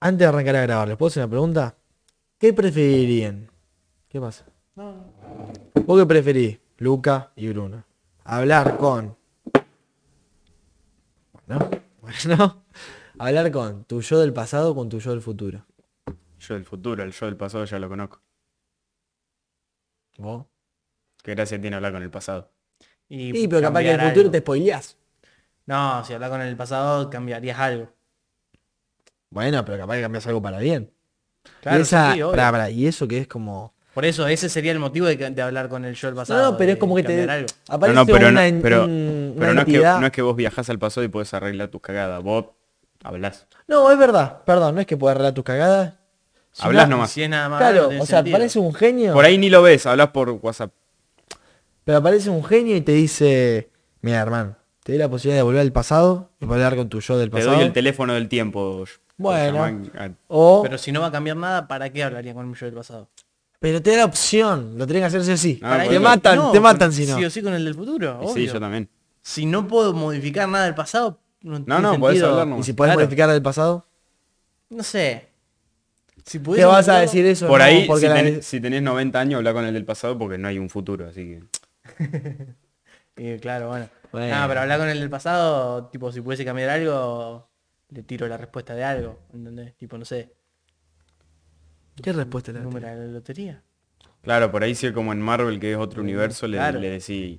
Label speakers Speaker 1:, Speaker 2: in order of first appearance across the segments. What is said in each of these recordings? Speaker 1: Antes de arrancar a grabar, ¿les puedo hacer una pregunta? ¿Qué preferirían? ¿Qué pasa? ¿Vos qué preferís, Luca y Bruno? Hablar con... Bueno, bueno. Hablar con tu yo del pasado o con tu yo del futuro.
Speaker 2: Yo del futuro, el yo del pasado ya lo conozco.
Speaker 1: ¿Vos?
Speaker 2: Qué gracia tiene hablar con el pasado.
Speaker 3: Y
Speaker 1: Sí, pero capaz que en
Speaker 3: cambiar
Speaker 1: el futuro
Speaker 3: algo.
Speaker 1: te spoileás.
Speaker 3: No, si hablas con el pasado cambiarías algo.
Speaker 1: Bueno, pero capaz que cambias algo para bien.
Speaker 3: Claro,
Speaker 1: y, esa-
Speaker 3: sí, obvio.
Speaker 1: pará, pará, y eso que es como...
Speaker 3: Por eso, ese sería el motivo de, que- de hablar con el yo del pasado.
Speaker 1: No, no, pero
Speaker 3: de
Speaker 1: es como que te...
Speaker 3: cambiar algo.
Speaker 1: Aparece
Speaker 2: no, no, pero,
Speaker 1: una,
Speaker 2: no,
Speaker 1: en-
Speaker 2: pero,
Speaker 1: un-
Speaker 2: pero
Speaker 1: una
Speaker 2: no, es que,
Speaker 1: entidad...
Speaker 2: no es que vos viajás al pasado y podés arreglar tus cagadas. Vos hablás.
Speaker 1: No, es verdad, perdón, no es que pueda arreglar tus cagadas. Si
Speaker 2: Hablás
Speaker 1: no-
Speaker 2: nomás.
Speaker 3: Si es nada más. raro, no
Speaker 1: Claro,
Speaker 3: tiene
Speaker 1: o sea,
Speaker 3: sentido.
Speaker 1: parece un genio,
Speaker 2: Por ahí ni lo ves, hablas por WhatsApp.
Speaker 1: pero aparece un genio y te dice, mira hermano, te doy la posibilidad de volver al pasado y hablar con tu yo del
Speaker 2: Te
Speaker 1: pasado.
Speaker 2: doy el teléfono del tiempo.
Speaker 1: Bueno.
Speaker 2: Llaman a-
Speaker 1: o, pero,
Speaker 3: Pero si no va a cambiar nada, ¿para qué hablaría con el yo del pasado?
Speaker 1: te da la opción, lo tenés que hacer sí o sí.
Speaker 2: Ah,
Speaker 3: Para
Speaker 2: bueno.
Speaker 1: te
Speaker 3: ir-
Speaker 1: matan,
Speaker 3: no,
Speaker 1: te matan
Speaker 3: con-
Speaker 1: si no.
Speaker 3: Sí o sí con el del futuro,
Speaker 2: y
Speaker 3: obvio.
Speaker 2: sí, yo también.
Speaker 3: Si no puedo modificar nada del pasado, no tiene
Speaker 2: no, podés
Speaker 3: sentido.
Speaker 2: hablar nomás.
Speaker 1: y si podés
Speaker 3: Claro.
Speaker 1: modificar el pasado,
Speaker 3: No sé. Si
Speaker 1: ¿qué
Speaker 3: pudiera
Speaker 1: vas a
Speaker 3: cambiarlo-
Speaker 1: decir eso?
Speaker 2: Por
Speaker 1: No,
Speaker 2: ahí,
Speaker 1: porque
Speaker 2: si,
Speaker 1: la-
Speaker 2: tenés, si tenés 90 años, habla con el del pasado porque no hay un futuro, así que...
Speaker 3: Y claro, bueno.
Speaker 1: Bueno.
Speaker 3: No, pero hablar con el del pasado, tipo, si pudiese cambiar algo, le tiro la respuesta de algo, ¿entendés? Tipo, no sé,
Speaker 1: ¿Qué respuesta le das?
Speaker 3: número de la lotería.
Speaker 2: Claro, por ahí sí como en Marvel, que es otro universo, le,
Speaker 3: Claro.
Speaker 2: le decís...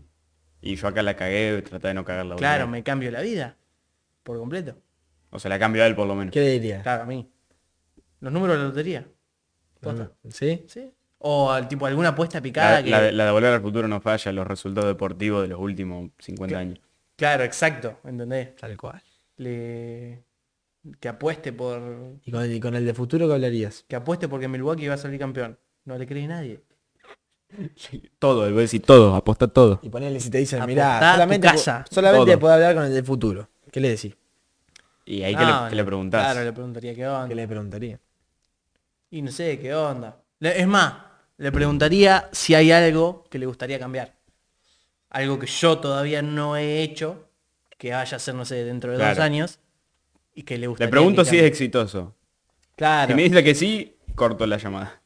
Speaker 2: Y yo acá la cagué, trata de no cagarla. otra
Speaker 3: Claro,
Speaker 2: vez".
Speaker 3: me cambio la vida. Por completo.
Speaker 2: O sea, la cambio a él por lo menos.
Speaker 1: ¿Qué le dirías?
Speaker 3: Claro, a mí. Los números de la lotería. Posta,
Speaker 1: ¿Sí?
Speaker 3: ¿Sí? O al tipo alguna apuesta picada
Speaker 2: La,
Speaker 3: que.
Speaker 2: la de- la de volver al futuro no falla, los resultados deportivos de los últimos 50
Speaker 3: Claro.
Speaker 2: años.
Speaker 3: Claro, exacto, ¿entendés?
Speaker 1: Tal cual.
Speaker 3: Le... Que apueste por.
Speaker 1: ¿Y con, el- y con el de futuro qué hablarías?
Speaker 3: Que apueste porque Milwaukee va a salir campeón. No le cree nadie.
Speaker 2: Todo, el decir todo, apostá todo.
Speaker 1: Y ponele si te dicen,
Speaker 3: Apostá
Speaker 1: mirá,
Speaker 3: tu
Speaker 1: solamente,
Speaker 3: casa.
Speaker 1: po- solamente
Speaker 2: Todo.
Speaker 1: puedo hablar con el del futuro. ¿Qué le decís?
Speaker 2: Y ahí
Speaker 3: No,
Speaker 2: que, le,
Speaker 3: no.
Speaker 2: que le preguntás.
Speaker 3: Claro, le preguntaría qué onda.
Speaker 1: ¿Qué le preguntaría?
Speaker 3: Y no sé, qué onda. Le- Es más, le preguntaría si hay algo que le gustaría cambiar. Algo que yo todavía no he hecho, que vaya a ser, no sé, dentro de dos
Speaker 2: Claro.
Speaker 3: años, y que le gustaría.
Speaker 2: Le pregunto
Speaker 3: que
Speaker 2: si es
Speaker 3: cambie.
Speaker 2: exitoso.
Speaker 3: Claro,
Speaker 2: Si me dice que sí, corto la llamada.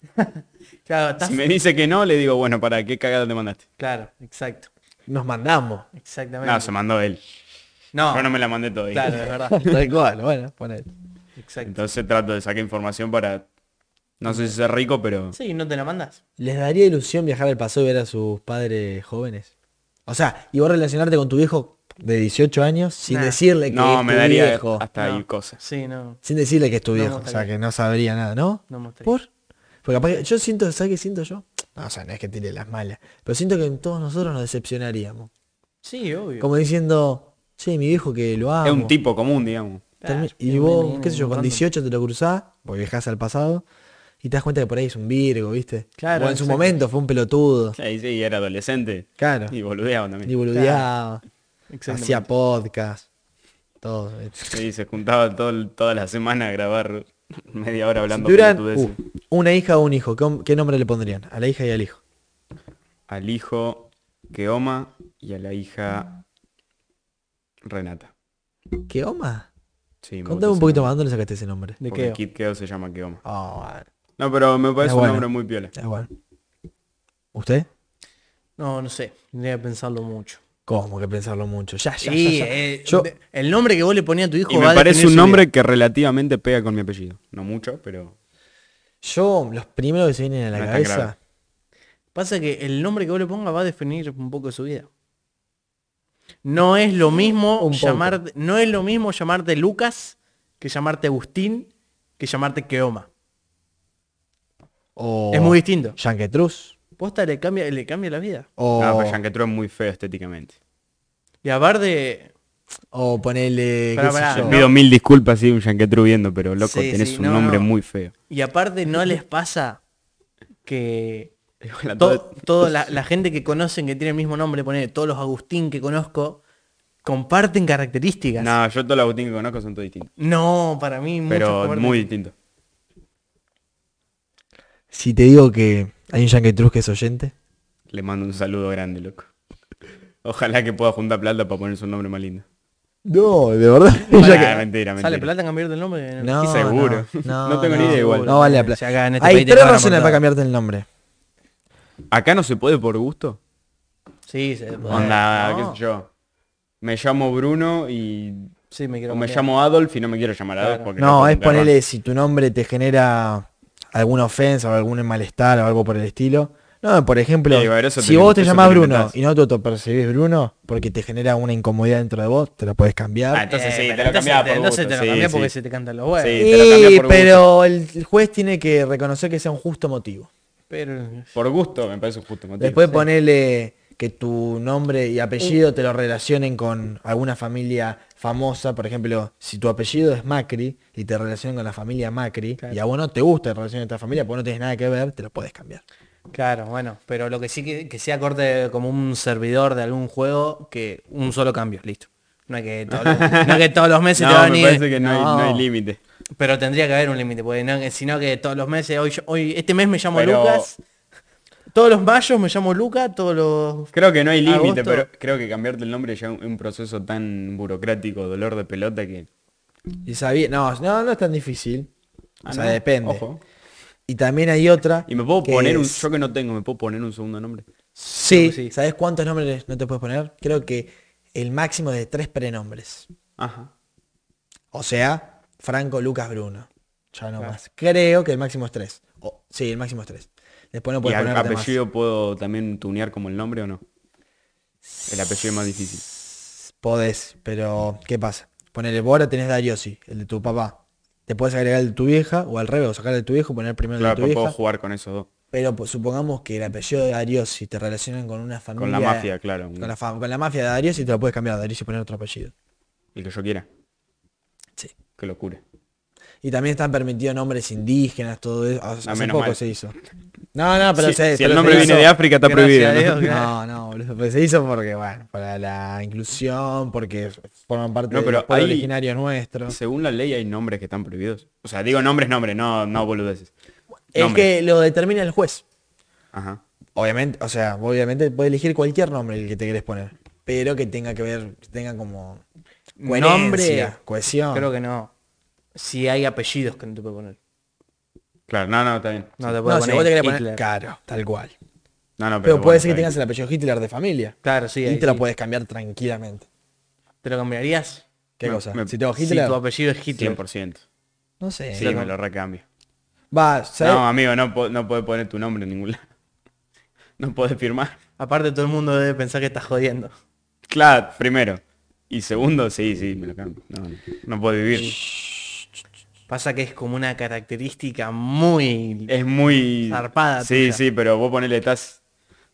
Speaker 3: claro, estás-
Speaker 2: Si me dice que no, le digo, bueno, ¿para qué cagada te mandaste?
Speaker 3: claro, exacto,
Speaker 1: Nos mandamos.
Speaker 3: exactamente.
Speaker 2: No, se mandó él.
Speaker 3: No,
Speaker 2: Yo no me la mandé todavía.
Speaker 3: claro, es verdad,
Speaker 1: Tal cual, bueno, ponele.
Speaker 3: exacto.
Speaker 2: Entonces trato de sacar información para... No sé si ser rico, pero...
Speaker 3: Sí, no te la mandas.
Speaker 1: ¿Les daría ilusión viajar al pasado y ver a sus padres jóvenes? O sea, y vos relacionarte con tu viejo de 18 años sin
Speaker 3: Nah.
Speaker 1: decirle que es
Speaker 2: No,
Speaker 1: tu
Speaker 2: me daría
Speaker 1: viejo.
Speaker 2: hasta
Speaker 3: No.
Speaker 2: ahí cosas.
Speaker 3: Sí, no,
Speaker 1: Sin decirle que es tu
Speaker 3: No me
Speaker 1: viejo. O sea,
Speaker 3: gustaría.
Speaker 1: que no sabría nada, ¿no?
Speaker 3: no me gustaría.
Speaker 1: ¿Por? Porque capaz que- yo siento, ¿sabes qué siento yo? No, o sea, no es que tire las malas. Pero siento que en todos nosotros nos decepcionaríamos.
Speaker 3: Sí, obvio.
Speaker 1: Como diciendo, sí, mi viejo que lo amo.
Speaker 2: Es un tipo común, digamos.
Speaker 1: Termi-
Speaker 3: Ah,
Speaker 1: y
Speaker 3: yo
Speaker 1: vos,
Speaker 3: también,
Speaker 1: qué sé yo,
Speaker 3: un
Speaker 1: con
Speaker 3: random.
Speaker 1: 18 te lo cruzás, vos viajás al pasado, y te das cuenta que por ahí es un Virgo, ¿viste?
Speaker 3: Claro,
Speaker 1: o en su
Speaker 3: exacto.
Speaker 1: momento fue un pelotudo.
Speaker 2: Sí, sí, era adolescente.
Speaker 1: Claro.
Speaker 2: Y
Speaker 1: Y
Speaker 2: boludeaban también.
Speaker 1: boludeaba,
Speaker 3: Exactamente.
Speaker 1: hacía podcast, todo. ¿viste?
Speaker 2: Sí, se juntaban todo, todas las semanas a grabar media hora
Speaker 1: Si
Speaker 2: hablando
Speaker 1: tuvieran
Speaker 2: pelotudeces.
Speaker 1: uh, una hija o un hijo, ¿qué, hom- qué nombre le pondrían? A la hija y al hijo.
Speaker 2: Al hijo Keoma y a la hija Renata.
Speaker 1: ¿Qué oma?
Speaker 2: Sí, me gusta
Speaker 1: Contame un
Speaker 2: ese
Speaker 1: poquito
Speaker 2: nombre,
Speaker 1: más, ¿dónde le sacaste ese nombre?
Speaker 3: De
Speaker 2: porque
Speaker 3: qué.
Speaker 2: Kid Keo se llama Keoma.
Speaker 1: Oh, bueno,
Speaker 2: No, pero me parece
Speaker 1: Es
Speaker 2: un
Speaker 1: bueno.
Speaker 2: nombre muy piola.
Speaker 1: da igual. ¿Usted?
Speaker 3: No, no sé, tendría que pensarlo mucho.
Speaker 1: ¿Cómo que pensarlo mucho? Ya, ya,
Speaker 3: Sí,
Speaker 1: ya, ya.
Speaker 3: eh,
Speaker 1: Yo-
Speaker 3: de- el nombre que vos le ponías a tu hijo
Speaker 2: Y
Speaker 3: va
Speaker 2: me
Speaker 3: a
Speaker 2: parece
Speaker 3: definir
Speaker 2: un
Speaker 3: su
Speaker 2: nombre
Speaker 3: vida.
Speaker 2: que relativamente pega con mi apellido. No mucho, pero
Speaker 1: Yo, los primeros que se vienen a la
Speaker 2: No es tan
Speaker 1: cabeza,
Speaker 2: grave.
Speaker 3: Pasa que el nombre que vos le pongas va a definir un poco su vida. No es lo mismo
Speaker 1: Un poco.
Speaker 3: llamarte, no es lo mismo llamarte Lucas que llamarte Agustín que llamarte Keoma.
Speaker 1: o
Speaker 3: Es muy distinto.
Speaker 1: Yanketrus,
Speaker 3: Posta le cambia, le cambia la vida.
Speaker 1: o...
Speaker 2: No, pero Yanquetro pues es muy feo estéticamente.
Speaker 3: Y aparte de.
Speaker 1: O ponele.
Speaker 3: Pará,
Speaker 1: qué sé
Speaker 3: pará,
Speaker 1: yo.
Speaker 3: No.
Speaker 2: Pido mil disculpas si un Yanquetro viendo, pero loco,
Speaker 3: Sí,
Speaker 2: tenés
Speaker 3: sí,
Speaker 2: un
Speaker 3: no,
Speaker 2: nombre
Speaker 3: no.
Speaker 2: muy feo.
Speaker 3: Y aparte no les pasa que
Speaker 2: Igual a
Speaker 3: to-
Speaker 2: todo-
Speaker 3: toda la, la gente que conocen que tiene el mismo nombre, poner todos los Agustín que conozco, comparten características.
Speaker 2: No, yo todos los Agustín que conozco son todos distintos.
Speaker 3: No, para mí muchos
Speaker 2: Pero
Speaker 3: comparten-
Speaker 2: muy distintos.
Speaker 1: Si te digo que hay un Yanketrus que es oyente.
Speaker 2: Le mando un saludo grande, loco. Ojalá que pueda juntar plata para ponerse un nombre más lindo.
Speaker 1: No, de verdad.
Speaker 2: Pará,
Speaker 1: Ella que-
Speaker 2: mentira, mentira.
Speaker 3: ¿Sale plata en cambiarte el nombre?
Speaker 1: No,
Speaker 2: seguro.
Speaker 1: No,
Speaker 2: No tengo ni idea igual.
Speaker 1: No vale la
Speaker 3: Si acá
Speaker 1: plata.
Speaker 3: en este
Speaker 1: Hay
Speaker 3: país te
Speaker 1: tres
Speaker 3: pagan
Speaker 1: razones
Speaker 3: por
Speaker 1: para
Speaker 3: todo.
Speaker 1: cambiarte el nombre.
Speaker 2: ¿Acá no se puede por gusto?
Speaker 3: Sí, se puede.
Speaker 2: Onda,
Speaker 3: No.
Speaker 2: qué sé yo. Me llamo Bruno y...
Speaker 3: Sí, me quiero
Speaker 2: O me
Speaker 3: cambiar.
Speaker 2: llamo Adolf y no me quiero llamar Adolf
Speaker 3: Claro.
Speaker 2: porque...
Speaker 1: No,
Speaker 2: puedo
Speaker 1: es
Speaker 2: enterrar.
Speaker 1: ponerle si tu nombre te genera alguna ofensa o algún malestar o algo por el estilo. No, por ejemplo,
Speaker 2: Sí, bueno, eso
Speaker 1: si
Speaker 2: te-
Speaker 1: vos te
Speaker 2: eso
Speaker 1: llamás
Speaker 2: te
Speaker 1: Bruno
Speaker 2: inventás.
Speaker 1: y no te autopercibís Bruno porque te genera una incomodidad dentro de vos, te la podés
Speaker 2: Ah,
Speaker 1: cambiar.
Speaker 2: entonces sí,
Speaker 3: Eh, pero
Speaker 2: te lo cambiaba por gusto.
Speaker 3: Entonces te lo
Speaker 2: sí,
Speaker 3: cambié
Speaker 2: sí.
Speaker 3: porque se te cantan los huevos.
Speaker 2: Sí, te la cambia
Speaker 1: Y,
Speaker 2: por gusto.
Speaker 1: pero el juez tiene que reconocer que sea un justo motivo.
Speaker 3: Pero
Speaker 2: Por gusto me parece un justo motivo.
Speaker 1: Después ponerle que tu nombre y apellido te lo relacionen con alguna familia famosa. Por ejemplo, si tu apellido es Macri y te relacionan con la familia Macri
Speaker 3: Claro.
Speaker 1: y a vos no te gusta relación de esta familia porque no tenés nada que ver, te lo podés cambiar.
Speaker 3: Claro, bueno, pero lo que sí que, que sea corte como un servidor de algún juego, que un solo cambio, listo. No hay que todos los, no es que todos los meses
Speaker 2: No,
Speaker 3: te van a
Speaker 2: me
Speaker 3: ir-
Speaker 2: parece que no, hay, no hay
Speaker 3: No,
Speaker 2: límite.
Speaker 3: Pero tendría que haber un límite, porque no, que- sino que todos los meses, hoy, yo- hoy este mes me llamo
Speaker 2: Pero-
Speaker 3: Lucas, todos los mayos me llamo Lucas, todos los...
Speaker 2: Creo que no hay límite,
Speaker 3: Agosto.
Speaker 2: pero creo que cambiarte el nombre ya es un proceso tan burocrático, dolor de pelota que...
Speaker 1: Y sabía, no, no, no es tan difícil.
Speaker 2: Ah,
Speaker 1: o sea,
Speaker 2: no,
Speaker 1: depende.
Speaker 2: ojo.
Speaker 1: Y también hay otra.
Speaker 2: Y me puedo
Speaker 1: que
Speaker 2: poner un...
Speaker 1: es-
Speaker 2: Yo que no tengo, me puedo poner un segundo nombre.
Speaker 1: Sí,
Speaker 3: Sí.
Speaker 1: ¿sabes cuántos nombres no te puedes poner? Creo que el máximo es de tres prenombres.
Speaker 2: Ajá.
Speaker 1: O sea, Franco, Lucas, Bruno. Ya no más. Creo que el máximo es tres. O- sí, el máximo es tres. Después no
Speaker 2: ¿Y
Speaker 1: puedes
Speaker 2: a-
Speaker 1: poner
Speaker 2: apellido puedo también tunear como el nombre o no? El apellido es más difícil.
Speaker 1: Podés, pero ¿qué pasa? Ponele, vos ahora tenés Dariosi, el de tu papá. Te puedes agregar el de tu vieja o al revés, o sacar el de tu viejo, poner primero el
Speaker 2: Claro, pues
Speaker 1: de tu
Speaker 2: puedo
Speaker 1: vieja.
Speaker 2: jugar con esos dos.
Speaker 1: Pero pues, supongamos que el apellido de Dariosi te relacionan con una familia.
Speaker 2: Con la mafia, claro.
Speaker 1: Con la, fa- con la mafia de Dariosi te lo puedes cambiar a Dariosi y poner otro apellido.
Speaker 2: El que yo quiera.
Speaker 1: Sí.
Speaker 2: Qué locura.
Speaker 1: Y también están permitidos nombres indígenas, todo eso. Hace
Speaker 2: Ah,
Speaker 1: hace
Speaker 2: menos
Speaker 1: poco
Speaker 2: mal.
Speaker 1: se hizo. No, no, pero
Speaker 2: si,
Speaker 1: se,
Speaker 2: si
Speaker 1: pero
Speaker 2: el
Speaker 1: se
Speaker 2: nombre viene
Speaker 1: hizo-
Speaker 2: de África está
Speaker 3: Gracias
Speaker 2: prohibido.
Speaker 3: a
Speaker 2: ¿no?
Speaker 3: Dios.
Speaker 1: No, no, boludo, pero se hizo porque, bueno, para la inclusión, porque forman parte
Speaker 2: No,
Speaker 1: de
Speaker 2: pero
Speaker 1: los pueblos
Speaker 2: ahí-
Speaker 1: originarios nuestros.
Speaker 2: Según la ley hay nombres que están prohibidos. O sea, digo nombres, nombres, no, no boludeces.
Speaker 1: Es
Speaker 2: Nombre.
Speaker 1: que lo determina el juez.
Speaker 2: Ajá.
Speaker 1: Obviamente, o sea, obviamente puedes elegir cualquier nombre el que te querés poner, pero que tenga que ver, que tenga como coherencia,
Speaker 3: Nombre,
Speaker 1: cohesión.
Speaker 3: Creo que no. Si hay apellidos que no te puedo poner.
Speaker 2: Claro, no, no, está bien.
Speaker 3: No te puedo
Speaker 1: no, si
Speaker 3: poner
Speaker 1: vos te querés poner
Speaker 3: Hitler.
Speaker 1: caro, tal cual. Pero,
Speaker 2: No, no, pero, bueno,
Speaker 1: puede ser que
Speaker 2: está bien.
Speaker 1: tengas el apellido Hitler de familia.
Speaker 3: Claro, sí,
Speaker 1: y
Speaker 3: ahí
Speaker 1: te lo
Speaker 3: sí.
Speaker 1: puedes cambiar tranquilamente.
Speaker 3: ¿Te lo cambiarías?
Speaker 1: ¿Qué
Speaker 2: Me-
Speaker 1: cosa?
Speaker 2: me-
Speaker 1: si tengo
Speaker 3: Si
Speaker 1: Hitler,
Speaker 3: tu apellido es Hitler.
Speaker 2: 100%.
Speaker 1: no sé.
Speaker 2: Sí, me lo recambio.
Speaker 1: Va, ¿sabes?
Speaker 2: No, amigo, no, po- no podés poner tu nombre en ningún lado. No podés firmar.
Speaker 3: Aparte todo el mundo debe pensar que estás jodiendo.
Speaker 2: Claro, primero. Y segundo, sí, sí, me lo cambio. No, no, no puedo vivir.
Speaker 3: Pasa que es como una característica muy...
Speaker 2: Es muy...
Speaker 3: Zarpada
Speaker 2: Sí,
Speaker 3: tuya.
Speaker 2: sí, pero vos ponele, estás